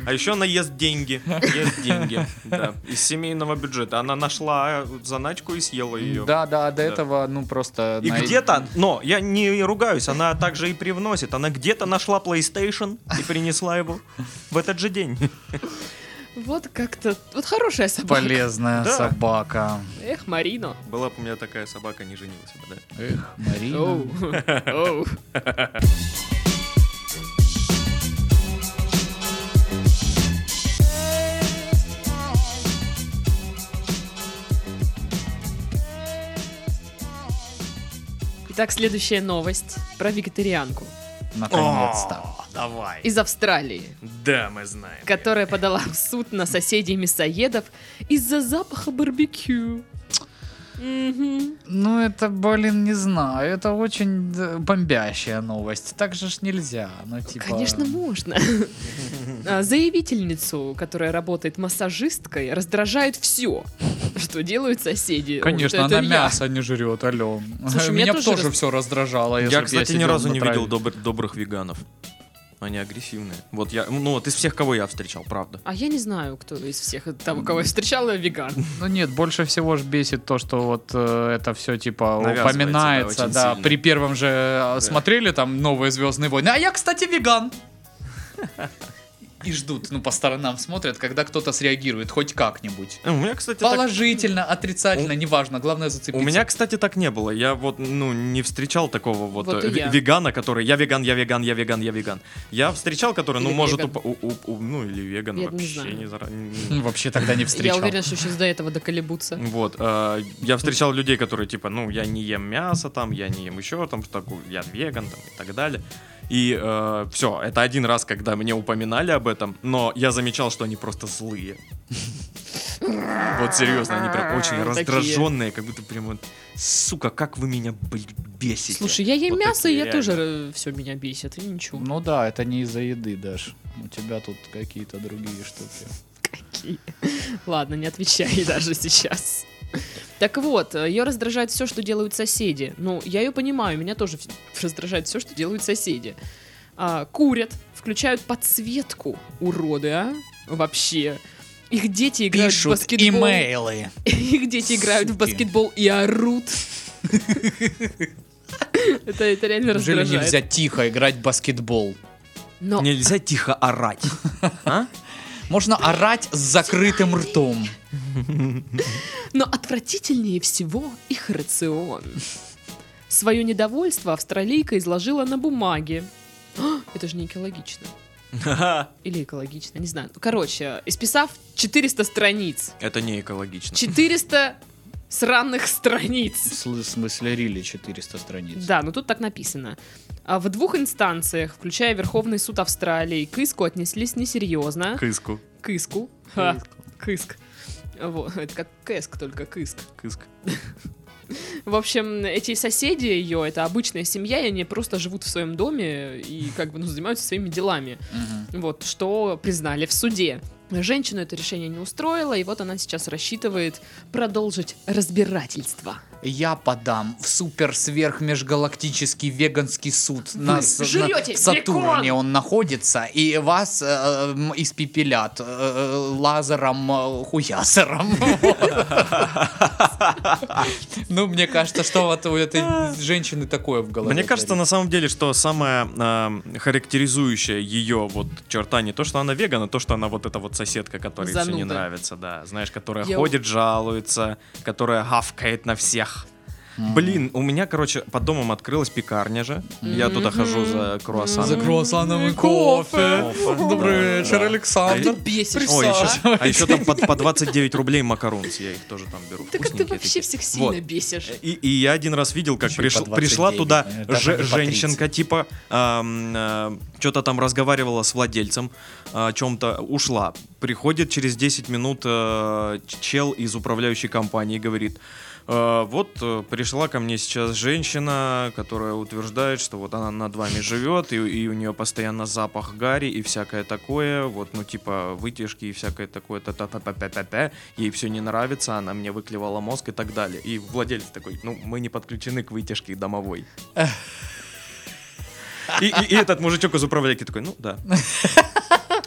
А еще она ест деньги, ест деньги, да, из семейного бюджета. Она нашла заначку и съела ее.
Да, да, до этого, ну просто.
И
на-
где-то, но я не ругаюсь, она также и привносит. Она где-то нашла PlayStation и принесла его в этот же день.
Вот как-то... Вот хорошая собака.
Полезная
Да.
собака.
Эх, Марино.
Была бы у меня такая собака, не женилась бы, да?
Эх, Марина.
Оу. Оу. Итак, следующая новость про вегетарианку
Наконец-то.
давай.
из Австралии,
Да, мы знаем.
которая подала в суд на соседей мясоедов из-за запаха барбекю. Мгм.
Ну, это, блин, не знаю. Это очень э, бомбящая новость. Так же ж нельзя. Ну, типа...
Конечно, можно. А, Заявительницу, которая работает массажисткой, раздражает все, что делают соседи.
Конечно,
Вот это
она
я.
мясо не жрет, алё.
Слушай, меня
меня
тоже
тоже,
раз-
все раздражало. если
Я,
б
кстати, ни
сидел
разу
на
не
траве.
видел добр- добрых веганов. Они агрессивные. Вот я, ну вот из всех, кого я встречал, правда.
А я не знаю, кто из всех э, того, кого я встречала, веган.
Ну нет, больше всего ж бесит то, что вот э, это все типа
Навязывается, да,
упоминается,
очень
да.
сильно.
При первом же э, смотрели там новые Звездные войны. А я, кстати, веган. и ждут, ну, по сторонам смотрят, когда кто-то среагирует хоть как-нибудь.
Э, У меня, кстати, так-
Положительно, отрицательно, неважно, главное
У
зацепиться.
меня, кстати, так не было. Я вот, ну, не встречал такого вот,
Вот и
э, ве-
я.
вегана, который я веган, я веган, я веган, я веган. Я встречал, который, ну,
Или
может,
веган.
упа- у- у- у- ну, или веган
Я не
вообще
знаю.
не зара- не-
М, Ну, вообще тогда не встречал.
Я уверена, что сейчас до этого доколебутся.
Вот, э, я встречал людей, которые типа, ну, я не ем мясо, там, я не ем еще, там, такую, я веган, там, и так далее. И все, это один раз, когда мне упоминали об этом, но я замечал, что они просто злые. Вот серьезно, они прям очень
Такие.
раздраженные, как будто прям вот, сука, как вы меня блин, бесите.
Слушай, я ем
Вот
мясо, и
такие
я
реально.
тоже все меня бесит, и ничего.
Ну да, это не из-за еды, Даш. У тебя тут какие-то другие штуки.
Какие? Ладно, не отвечай *laughs* даже сейчас. Так вот, ее раздражает все, что делают соседи. Ну, я ее понимаю, меня тоже в- раздражает все, что делают соседи. А, курят, включают подсветку, уроды, а? Вообще. Их дети играют в
Пишут
баскетбол.
имейлы.
*laughs* Их дети играют в
Суки.
баскетбол и
*laughs*
орут. Это, это реально
Неужели нельзя
раздражает.
тихо играть в баскетбол?
Но
Нельзя тихо орать. А?
Можно орать с закрытым ртом.
Но отвратительнее всего их рацион. Свое недовольство австралийка изложила на бумаге. *gasps* А, Это же не экологично. Или экологично, не знаю. Ну, Короче, исписав 400 страниц.
*laughs* Это не экологично.
400 сраных
В
страниц.
сл- в смысле рили 400 страниц.
Да, но тут так написано. А В двух инстанциях, включая Верховный суд Австралии, к иску отнеслись несерьезно.
К иску.
К иску. Ха, К иск. Вот, это как кэск, только к иск.
К иску.
В общем, эти соседи ее, это обычная семья, и они просто живут в своем доме и как бы ну, занимаются своими делами.
Мгм.
Вот, что признали в суде. Женщину это решение не устроило, и вот она сейчас рассчитывает продолжить разбирательство.
Я подам в супер сверх межгалактический веганский суд.
Вы
на с- на
жрете
Сатурне
бекон!
он находится, и вас э, м, испепелят э, лазером э, хуясером. Вот. Ну, мне кажется, что вот у этой женщины такое в голове.
Мне кажется,
творится.
на самом деле, что самая эм, характеризующая ее вот черта не то, что она веган, а то, что она вот эта вот соседка, которой все не
Зануда.
нравится, да, знаешь, которая
Я у-
ходит, жалуется, которая гавкает на всех. Блин, у меня, короче, под домом открылась пекарня же. Я туда хожу за круассаном.
За круассаном и кофе. Добрый вечер,
Ты
Александр.
бесишь.
Ой,
а?
еще, а еще
*laughs*
там под- по 29 рублей макарунс, я их тоже там беру.
Так а ты
Вкусненькие
вообще
такие.
всех
Вот. Э,
сильно бесишь.
И, и я один раз видел, как
Еще и
приш-
по 29,
пришла туда
наверное, даже
же-
по 30.
женщинка, типа, что-то там разговаривала с владельцем, э, о чем-то ушла. Приходит через 10 минут э, ч- чел из управляющей компании и говорит, «Э, вот э, пришла ко мне сейчас женщина, которая утверждает, что вот она над вами живет, и, и у нее постоянно запах гари и всякое такое, вот, ну, типа, вытяжки и всякое такое, та та та та та та та ей все не нравится, она мне выклевала мозг и так далее. И владелец такой, ну, мы не подключены к вытяжке домовой. И, и- и этот мужичок из управляйки такой, ну, да.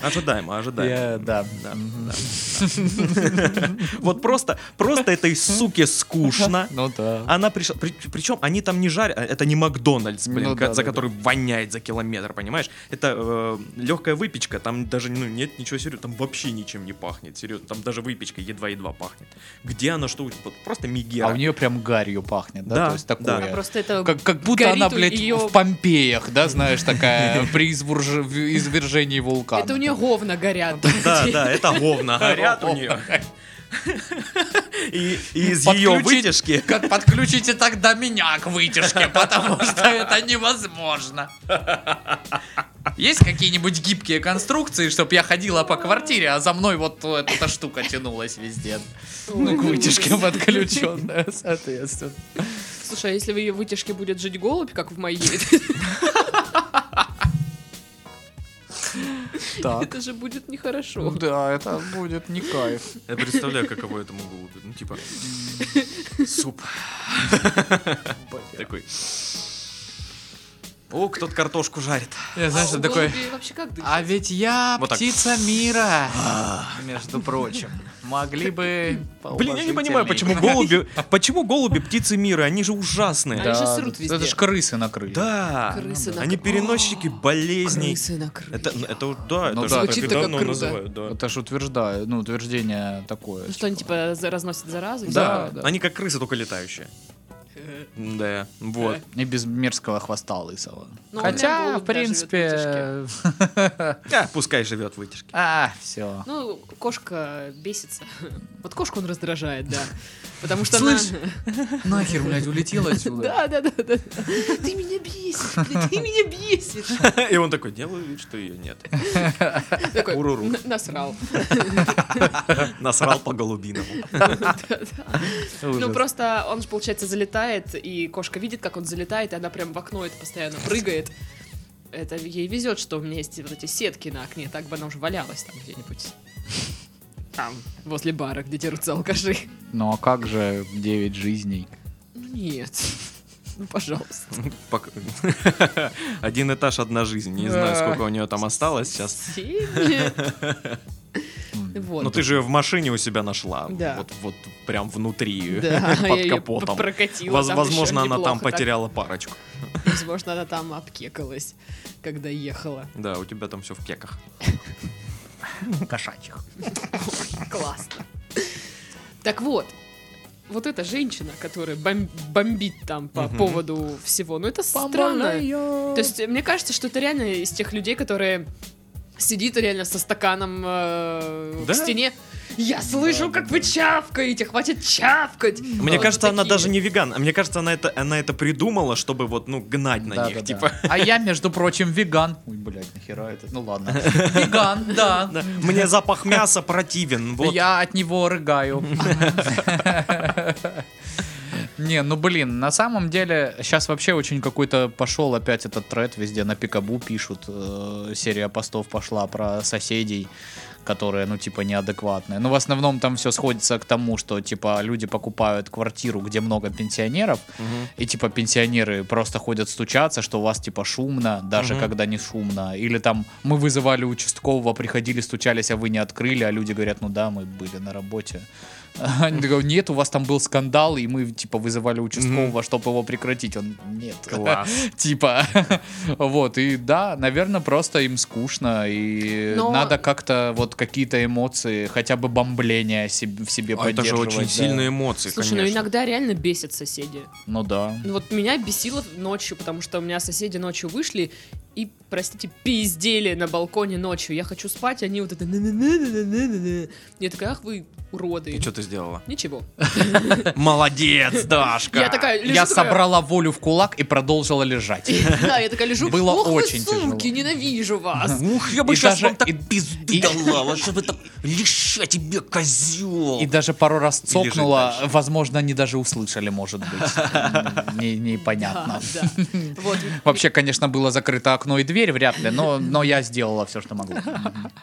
Ожидаемо,
Я-
ожидаемо.
Да.
Да, да, да. Вот просто, просто этой суке скучно.
*laughs* Ну да.
Она пришла. при- причем они там не жарят. а, Это не Макдональдс, блин,
Ну
ка-
да,
за
да,
который воняет за километр, понимаешь? Это легкая выпечка, там даже ну, нет ничего серьезного, там вообще ничем не пахнет. Серьезно, там даже выпечка едва-едва пахнет. Где она что? у- вот просто мигера.
А у нее прям гарью пахнет, да?
Да,
То есть
да.
такое.
А просто это
э, Как, как будто
горит
она,
у
блядь,
её-
в Помпеях, да, знаешь, такая, *laughs* при изворж- в- извержении вулкана.
Это у нее говна горят.
Да, да, это
*laughs*
говна горят у нее. И, и из ее
Подключить-
вытяжки.
*laughs* Как подключите тогда меня к вытяжке, потому что это невозможно. Есть какие-нибудь гибкие конструкции, чтобы я ходила по квартире, а за мной вот эта штука тянулась везде. Ну, к вытяжке подключенная, соответственно.
*laughs* Слушай, а если в ее вытяжке будет жить голубь, как в моей, *laughs*
Так. Ну,
это же будет нехорошо.
Да, это будет не кайф.
Я представляю, каково этому голубю. Ну, типа, суп такой. О, кто-то картошку жарит.
А
Я, знаешь,
у
что такой...
голубей вообще как дышат?
А ведь я
Вот так. А.
птица мира, между прочим. Могли бы...
Блин, я не понимаю, почему голуби, почему голуби птицы мира, они же ужасные.
Они же срут везде.
Это же крысы накрыли.
Да,
Крысы на
они
кры-
переносчики болезней.
Крысы на крыльях.
Это, это вот- да,
Ну
это
да,
же
звучит
так и
так
давно
круто.
называют, да.
Это же утверждаю, ну, утверждение такое.
Ну что они типа за- разносят заразу? и
Э, Да,
всё?
они как крысы, только летающие. Да, вот.
типа,
И без мерзкого хвоста лысого.
Ну, у меня
Хотя,
голубь,
в
да, живёт в вытяжке.
принципе...
А, пускай живет в вытяжке.
*laughs* А, все.
Ну, кошка бесится. *laughs* Вот кошку он раздражает, да. Потому что
Слышь,
она...
Нахер, блядь, улетел
ну
отсюда.
Да, *laughs* да, да, да. Ты меня бесишь, блин, ты меня бесишь.
*laughs* И он такой, делаю вид, что ее нет.
Такой,
Уруру.
«Н- насрал.
*laughs*
*laughs*
Насрал по голубиному.
Ну, просто он же, получается, залетает, и кошка видит, как он залетает, и она прям в окно это постоянно прыгает. Это ей везет, что у меня есть вот эти сетки на окне, так бы она уже валялась там где-нибудь. Там, возле бара, где дерутся алкаши.
Ну а как же 9 жизней?
Ну, нет. *laughs* Ну, пожалуйста.
Пок- *laughs* Один этаж, одна жизнь. Не знаю, сколько у нее там осталось сейчас. *laughs*
Сильнее. Вот.
Но ты же ее в машине у себя нашла.
Да.
Вот, вот прям внутри, *laughs*
Да, я
под
её
капотом.
п- прокатила
Воз-
там ещё
возможно, она там
неплохо так.
потеряла парочку.
Возможно, она там обкекалась, когда ехала.
Да, у тебя там все в кеках.
Ну, Кошачьих.
Классно. Так вот, вот эта женщина, которая бом- бомбит там по поводу всего, ну это странно. То есть мне кажется, что это реально из тех людей, которые сидит реально со стаканом э,
Да?
в стене. Я слышу, как вы чавкаете, хватит чавкать.
Мне
Вот
кажется, она
Ну, такие.
даже не веган. а Мне кажется, она это, она это придумала, чтобы вот, ну, гнать на них. Типа,
А я, между прочим, веган. Ой, блядь, нахера это? Ну ладно. Веган, да.
мне запах мяса
*laughs*
противен. Вот.
Я от него рыгаю. Не, ну блин, на самом деле сейчас вообще очень какой-то пошел опять этот тред везде на Пикабу пишут, э, серия постов пошла про соседей, которые, ну типа неадекватные. Ну в основном там все сходится к тому, что типа люди покупают квартиру, где много пенсионеров, и типа пенсионеры просто ходят стучаться, что у вас типа шумно, даже
Мгм.
когда не шумно. Или там мы вызывали участкового, приходили, стучались, а вы не открыли, а люди говорят, ну да, мы были на работе. *laughs* Они такие, нет, у вас там был скандал, и мы типа вызывали участкового, чтобы его прекратить. Он нет. Типа, *laughs* вот, и да, наверное, просто им скучно, и
Но-
надо как-то вот какие-то эмоции, хотя бы бомбление себе- в себе
А это же
поддерживать.
очень
да.
сильные эмоции,
Слушай, ну
конечно.
иногда реально бесят соседи.
Ну да.
Ну вот меня бесило ночью, потому что у меня соседи ночью вышли и, простите, пиздели на балконе ночью. Я хочу спать, они вот это... «на-на-на-на-на-на-на». Я такая, ах вы уроды.
И что
*laughs*
ты сделала?
Ничего.
Молодец, Дашка!
Я такая лежу,
Я
такая,
собрала волю в кулак и продолжила лежать.
*laughs* Да, я такая лежу.
Было
Ох вы,
очень
сумки,
тяжело.
ненавижу вас.
Ух, я
бы щас вам так
пизду
*laughs*
дала, вот чтобы это... Леща тебе, козел!
И даже пару раз
лежать
цокнула,
дальше.
возможно, они даже услышали, может быть.
*laughs*
М, не- Непонятно.
Да, да.
*laughs*
Вот.
Вообще, конечно, было закрыто окно и дверь, вряд ли, но, но я сделала все,
*laughs*
что могла.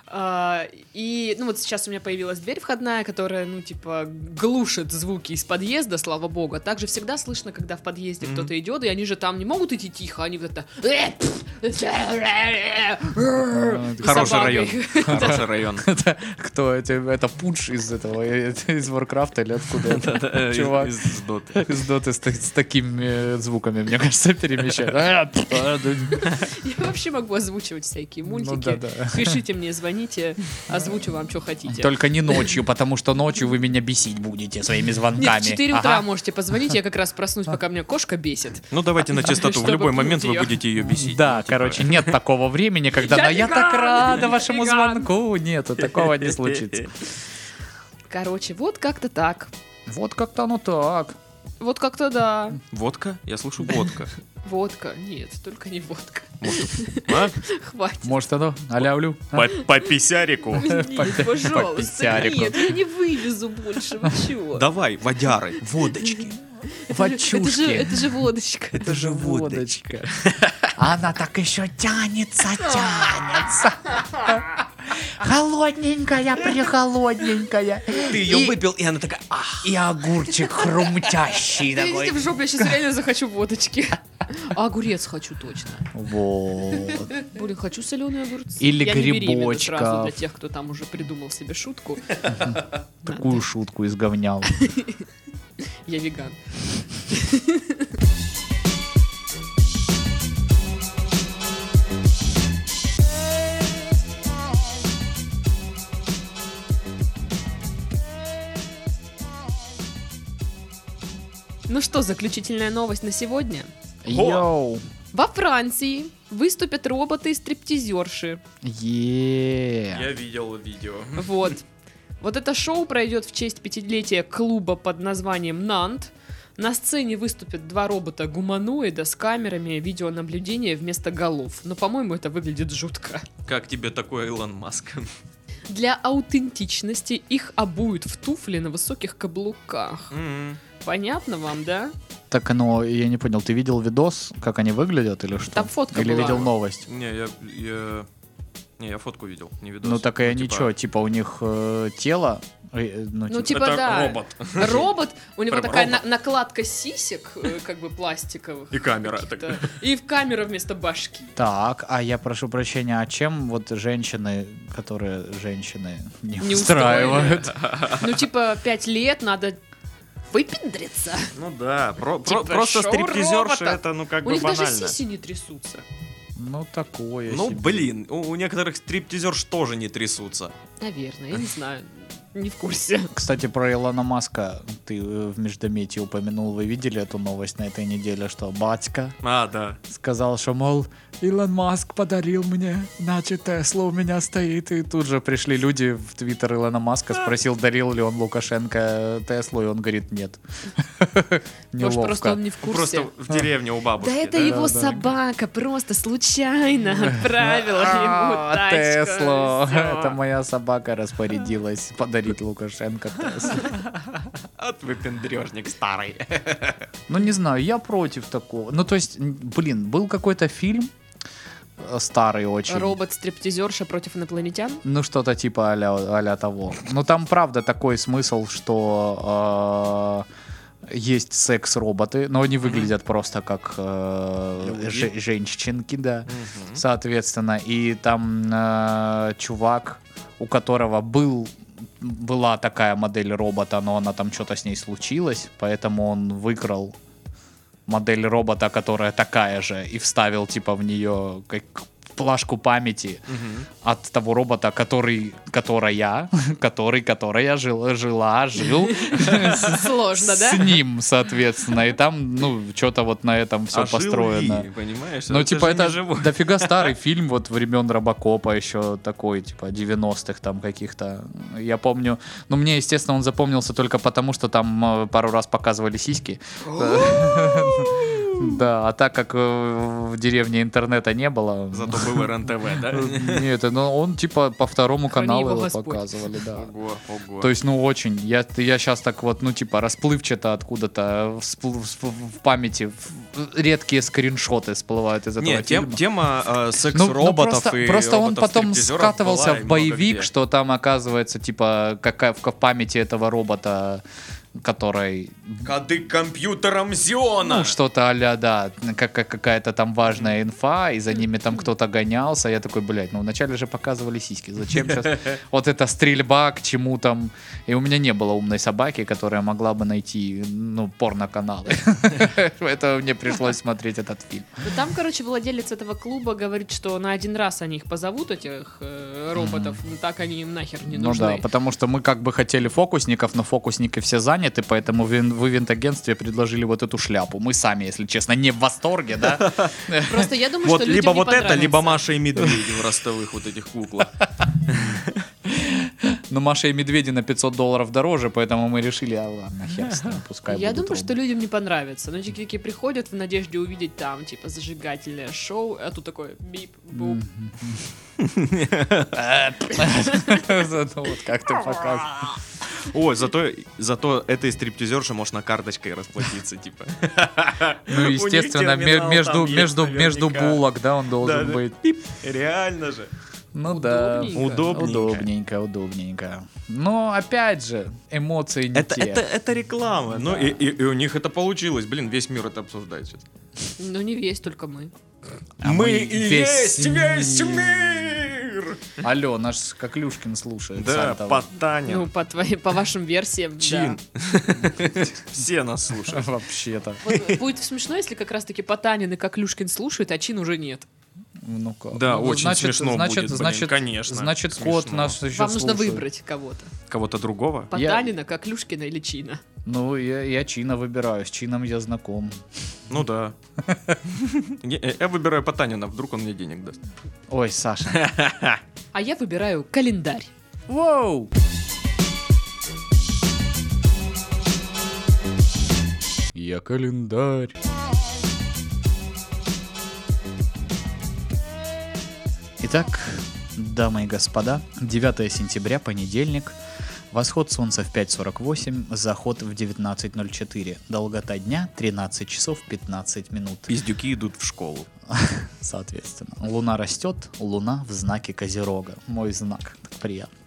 А, И, ну вот сейчас у меня появилась дверь входная, которая, ну, типа, глушит звуки из подъезда, слава богу. А Также всегда слышно, когда в подъезде кто-то идет, и они же там не могут идти тихо, они вот это... «Э, пф, э, э, э, э».
Хороший
Собакой. *laughs*
район. Хороший район.
Это кто? Это, это пунш из этого, э, это из Warcraft
*laughs*
или откуда? это?
Э, из-
Чувак.
из Доты.
Из доты с, та- с такими э, звуками, мне кажется, перемещает. А, пф, а, да,
Я вообще могу озвучивать всякие
Ну
мультики.
да-да.
Пишите мне,
*laughs*
звоните, озвучу вам, что хотите.
Только не ночью, потому что ночью вы меня бесить будете своими звонками.
Нет, в 4 утра
Ага.
можете позвонить, я как раз проснусь,
*laughs*
пока меня кошка бесит.
Ну давайте на чистоту. В
Чтобы
любой
пнуть
момент вы
её.
будете ее бесить.
Да,
Ну, типа,
короче, нет такого времени, когда
Я
«Но я так
веган!
рада
Я
вашему
веган!»
звонку. Нет, такого не случится.
Короче, вот как-то так.
Вот как-то оно так.
Вот как-то да.
Водка? Я слышу водка.
Водка. Нет, только не водка. *laughs*
А?
Хватит.
Может, оно алявлю?
*laughs* По по писярику.
Нет, пожалуйста,
пятярику.
нет, я не вывезу больше, вы чего?
Давай, водяры, водочки.
Это же,
Вачушки.
это же водочка.
Это же
водочка. Она так еще тянется, тянется. Холодненькая, прихолодненькая.
Ты
её
выпил, и она такая... «А».
И огурчик хрумтящий
Да идите
такой.
в жопу, я сейчас реально захочу водочки. *laughs* Огурец хочу точно.
Вот.
Блин, хочу соленые огурцы.
Или
Я не беременна
грибочков.
сразу для тех, кто там уже придумал себе шутку.
Такую шутку изговнял.
Я веган. Ну что, заключительная новость на сегодня.
Йоу.
Во Франции выступят роботы и стриптизерши.
Е.
Я видел видео. *laughs*
Вот. Вот это шоу пройдет в честь пятилетия клуба под названием «Нант». На сцене выступят два робота-гуманоида с камерами видеонаблюдения вместо голов. Но, по-моему, это выглядит жутко.
Как тебе такой Илон Маск?
Для аутентичности их обуют в туфли на высоких каблуках.
М.
Понятно вам,
*laughs*
да?
Так, но я не понял, ты видел видос, как они выглядят или что?
Там фотка
Или
была.
видел новость?
Не, я, я- Не, я фотку видел, не видос.
Ну такая
типа,
ничего, типа у них э, тело, э, ну
Ну,
типа
типа,
это
да.
робот.
Робот, у него
Прям
такая
робот.
на- накладка сисек, э, как бы пластиковых.
И камера.
каких-то. И в камера вместо башки.
Так, а я прошу прощения, а чем вот женщины, которые женщины не,
Не
устраивают?
*laughs*
Ну, типа, пять лет надо выпендриться.
Ну да, про-
Типа
про- просто
шоу
стриптизерши
роботов.
это, ну, как
У
бы
них даже
банально.
сиси не трясутся.
Ну такое.
Ну,
себе.
блин, у у некоторых стриптизерш тоже не трясутся.
Наверное, я не знаю. Не в
*laughs*
курсе.
Кстати, про Илона Маска ты э, в междометии упомянул, вы видели эту новость на этой неделе, что батька
А, да.
сказал, что, мол, Илон Маск подарил мне, значит, Тесла у меня стоит. И тут же пришли люди в твиттер Илона Маска, спросил, дарил ли он Лукашенко э, Теслу, и он говорит, нет. *laughs*
Может, просто
Неловко.
он не в
Ну, Просто
курсе.
в деревне у бабушки.
Да это
да.
его
да.
собака просто случайно
*laughs*
отправила ему
А,
тачку.
Теслу,
Всё.
это моя собака распорядилась подарить Лукашенко Теслу.
От выпендрежник старый.
Ну, не знаю, я против такого. Ну, то есть, м, блин, был какой-то фильм э, старый очень.
Робот-стриптизерша против
*laughs*
инопланетян?
Ну, что-то типа а-ля, а-ля того. Но там, правда, такой смысл, что э, есть секс-роботы, но они выглядят просто как э,
Люди.
же- женщинки, да. Соответственно, и там э, чувак, у которого был была такая модель робота, но она там что-то с ней случилось, поэтому он выкрал модель робота, которая такая же, и вставил типа в нее как плашку памяти от того робота, который, которая, *laughs* который, которая жила, жила, жил
Сложно,
с
да?
ним, соответственно, и там, ну, что-то вот на этом все построено.
А понимаешь?
Ну,
же
типа,
не
это
живой. *laughs*
дофига старый фильм вот времен Робокопа еще такой, типа, 90-х там каких-то. Я помню, ну, мне, естественно, он запомнился только потому, что там э, пару раз показывали сиськи. *laughs* Да, а так как э, в деревне интернета не было...
Зато был
*laughs*
РНТВ, да?
э, Нет, ну, он, типа, по второму
Храни
каналу
его
его
Господь.
показывали, да.
Ого, ого.
То есть, ну, очень. Я, я сейчас так вот, ну, типа, расплывчато откуда-то э, всплыл- всплыл в памяти в- редкие скриншоты всплывают из этого
Не, тем-
фильма.
тема э,
Ну, ну,
секс-роботов
просто,
и
просто он потом
роботов-стриптизеров
скатывался
была и
в
много
боевик,
где.
что там оказывается типа какая в памяти этого робота, который
Коды компьютером Зиона!
ну что-то аля да, как как- какая-то там важная инфа, и за ними там кто-то гонялся. Я такой, блядь, ну вначале же показывали сиськи,
*laughs*
зачем сейчас вот эта стрельба к чему там? И у меня не было умной собаки, которая могла бы найти ну порно каналы, *laughs* поэтому мне пришлось смотреть этот фильм.
Ну, Там, короче, владелец этого клуба говорит, что на один раз они их позовут, этих э, роботов, но так они им нахер не
ну да,
нужны.
потому что мы как бы хотели фокусников, но фокусники все заняты, поэтому в, ин- в ивент-агентстве предложили вот эту шляпу. Мы сами, если честно, не в восторге, да?
Просто я думаю,
Вот
что людям
либо
не
вот это,
понравится.
либо Маша и Медведь в ростовых вот этих куклах.
Но Маша и Медведи на 500 долларов дороже, поэтому мы решили, а ладно, хер с ним, пускай
Я
будут
думаю, что
роботы.
людям не понравится. Но такие приходят в надежде увидеть там, типа, зажигательное шоу, а тут такое бип, буп.
*laughs* Зато вот
*laughs*
как ты показываешь.
Ой, зато, зато этой стриптизерши можно карточкой расплатиться, типа.
Ну,
У них
естественно,
терминал
между,
там есть
между, между
наверняка.
булок, да, он должен
Да, да.
быть.
Пип. Реально же.
Ну да.
Удобненько.
Удобненько.
Удобненько, удобненько. Но опять же, эмоции не
Это,
те.
это, это реклама. Ну, и, и- и у них это получилось. Блин, весь мир это обсуждает сейчас.
Ну, не весь, только мы.
А мы весь
мир!
Алло, наш как Люшкин слушает.
Да,
сам того.
Потанин.
Ну, по, твоим, по вашим версиям,
Чин.
да.
*laughs* Все нас слушают.
*laughs* Вообще-то.
Вот э, Будет смешно, если как раз-таки Потанин и Коклюшкин слушает, а Чин уже нет.
Ну как?
Да,
Ну,
очень смешно будет, блин, конечно,
Значит,
смешно.
кот нас еще
Вам нужно
слушает.
выбрать кого-то.
Кого-то другого?
Потанина, Коклюшкина или Чина.
Ну, я, я Чина выбираю, с Чином я знаком.
Ну да. Я я выбираю Потанина, вдруг он мне денег даст.
Ой, Саша.
А я выбираю календарь.
Воу! Я календарь. Итак, дамы и господа, 9 сентября, понедельник, восход солнца в 5.48, заход в 19.04, долгота дня 13 часов 15 минут.
Пиздюки идут в школу.
соответственно. Луна растет, луна в знаке Козерога. Мой знак, так приятно.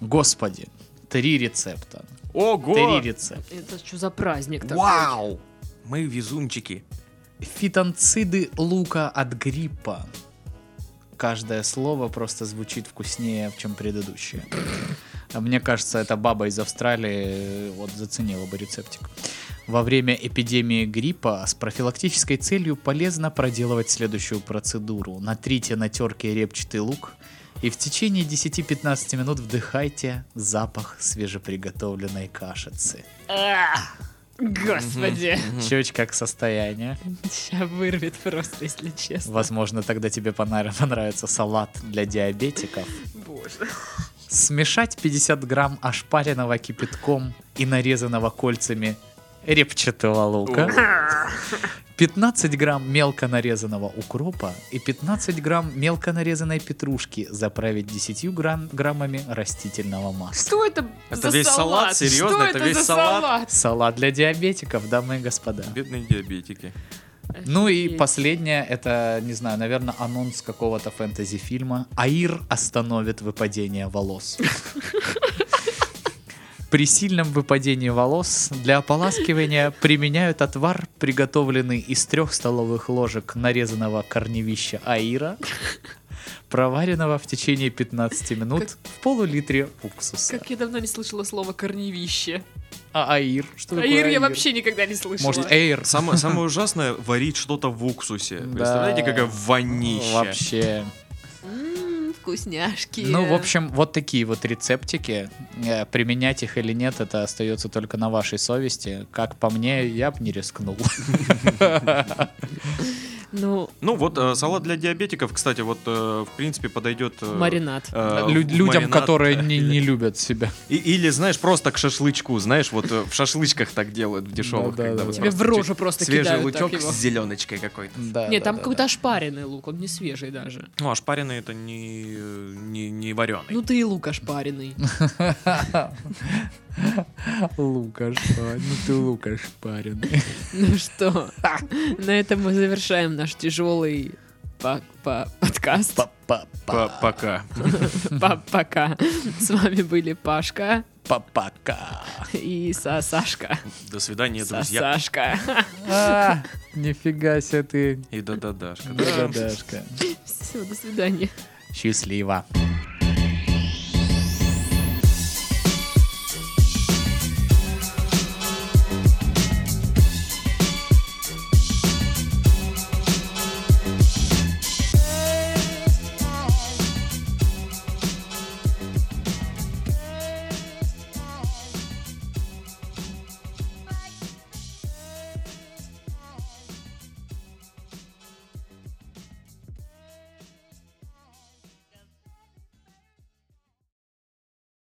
Господи, три рецепта. Три
Ого!
рецепта.
Это что за праздник такой?
Вау! Мы везунчики.
Фитонциды лука от гриппа. Каждое слово просто звучит вкуснее, чем предыдущее. А Мне кажется, эта баба из Австралии э, вот заценила бы рецептик. Во время эпидемии гриппа с профилактической целью полезно проделывать следующую процедуру. Натрите на терке репчатый лук и в течение 10-15 минут вдыхайте запах свежеприготовленной кашицы.
А! Господи.
Чуть как состояние.
Сейчас вырвет просто, если честно.
Возможно, тогда тебе понрав- понравится салат для диабетиков.
Боже.
Смешать 50 грамм ошпаренного кипятком и нарезанного кольцами репчатого лука. 15 грамм мелко нарезанного укропа и 15 грамм мелко нарезанной петрушки заправить 10 грамм, граммами растительного масла.
Что это
Это
за
весь салат? Серьезно?
Что
Это весь
за
салат?
Салат для диабетиков, дамы и господа.
Бедные диабетики.
Ну и
Офигеть.
последнее, это, не знаю, наверное, анонс какого-то фэнтези-фильма. Аир остановит выпадение волос. При сильном выпадении волос для ополаскивания применяют отвар, приготовленный из трех столовых ложек нарезанного корневища аира, проваренного в течение 15 минут в полулитре уксуса.
Как я давно не слышала слово корневище.
А аир? Что
А
такое
Ир я вообще никогда не слышала.
Может, эйр?
*laughs*
Самое, самое ужасное варить что-то в уксусе.
Да.
Представляете, какая вонища.
Вообще.
М, вкусняшки.
Ну, в общем, вот такие вот рецептики. Э, Применять их или нет, это остается только на вашей совести. Как по мне, я бы не рискнул.
Ну,
Ну вот э, салат для диабетиков, кстати, вот э, в принципе подойдет. э,
маринад.
э,
Лю-
в
Людям,
маринад.
которые не не любят себя.
И- или знаешь просто к шашлычку, знаешь, вот э, в шашлычках так делают в дешевых,
Да-да-да.
когда вот
Тебе в
просто
рожу
чуть-
просто
свежий
кидают так
лучок
его.
с зеленочкой какой-то.
Да,
Нет,
да,
там
да,
какой-то ошпаренный лук, он не свежий даже.
Ну, а шпаренный это не э, не, не вареный.
Ну ты и лук
*laughs*
ошпаренный.
да. Лукаш, а, ну ты Лукаш,
*laughs*
парень.
Ну что, на этом мы завершаем наш тяжелый по- по- подкаст.
П- Пока.
Па- Пока. С вами были Пашка
Папака.
и Са- Сашка.
До свидания,
Са-
друзья.
Сашка.
А, *laughs* Нифига себе ты,
И да-да-дашка.
гадашка.
Все, до свидания.
Счастливо.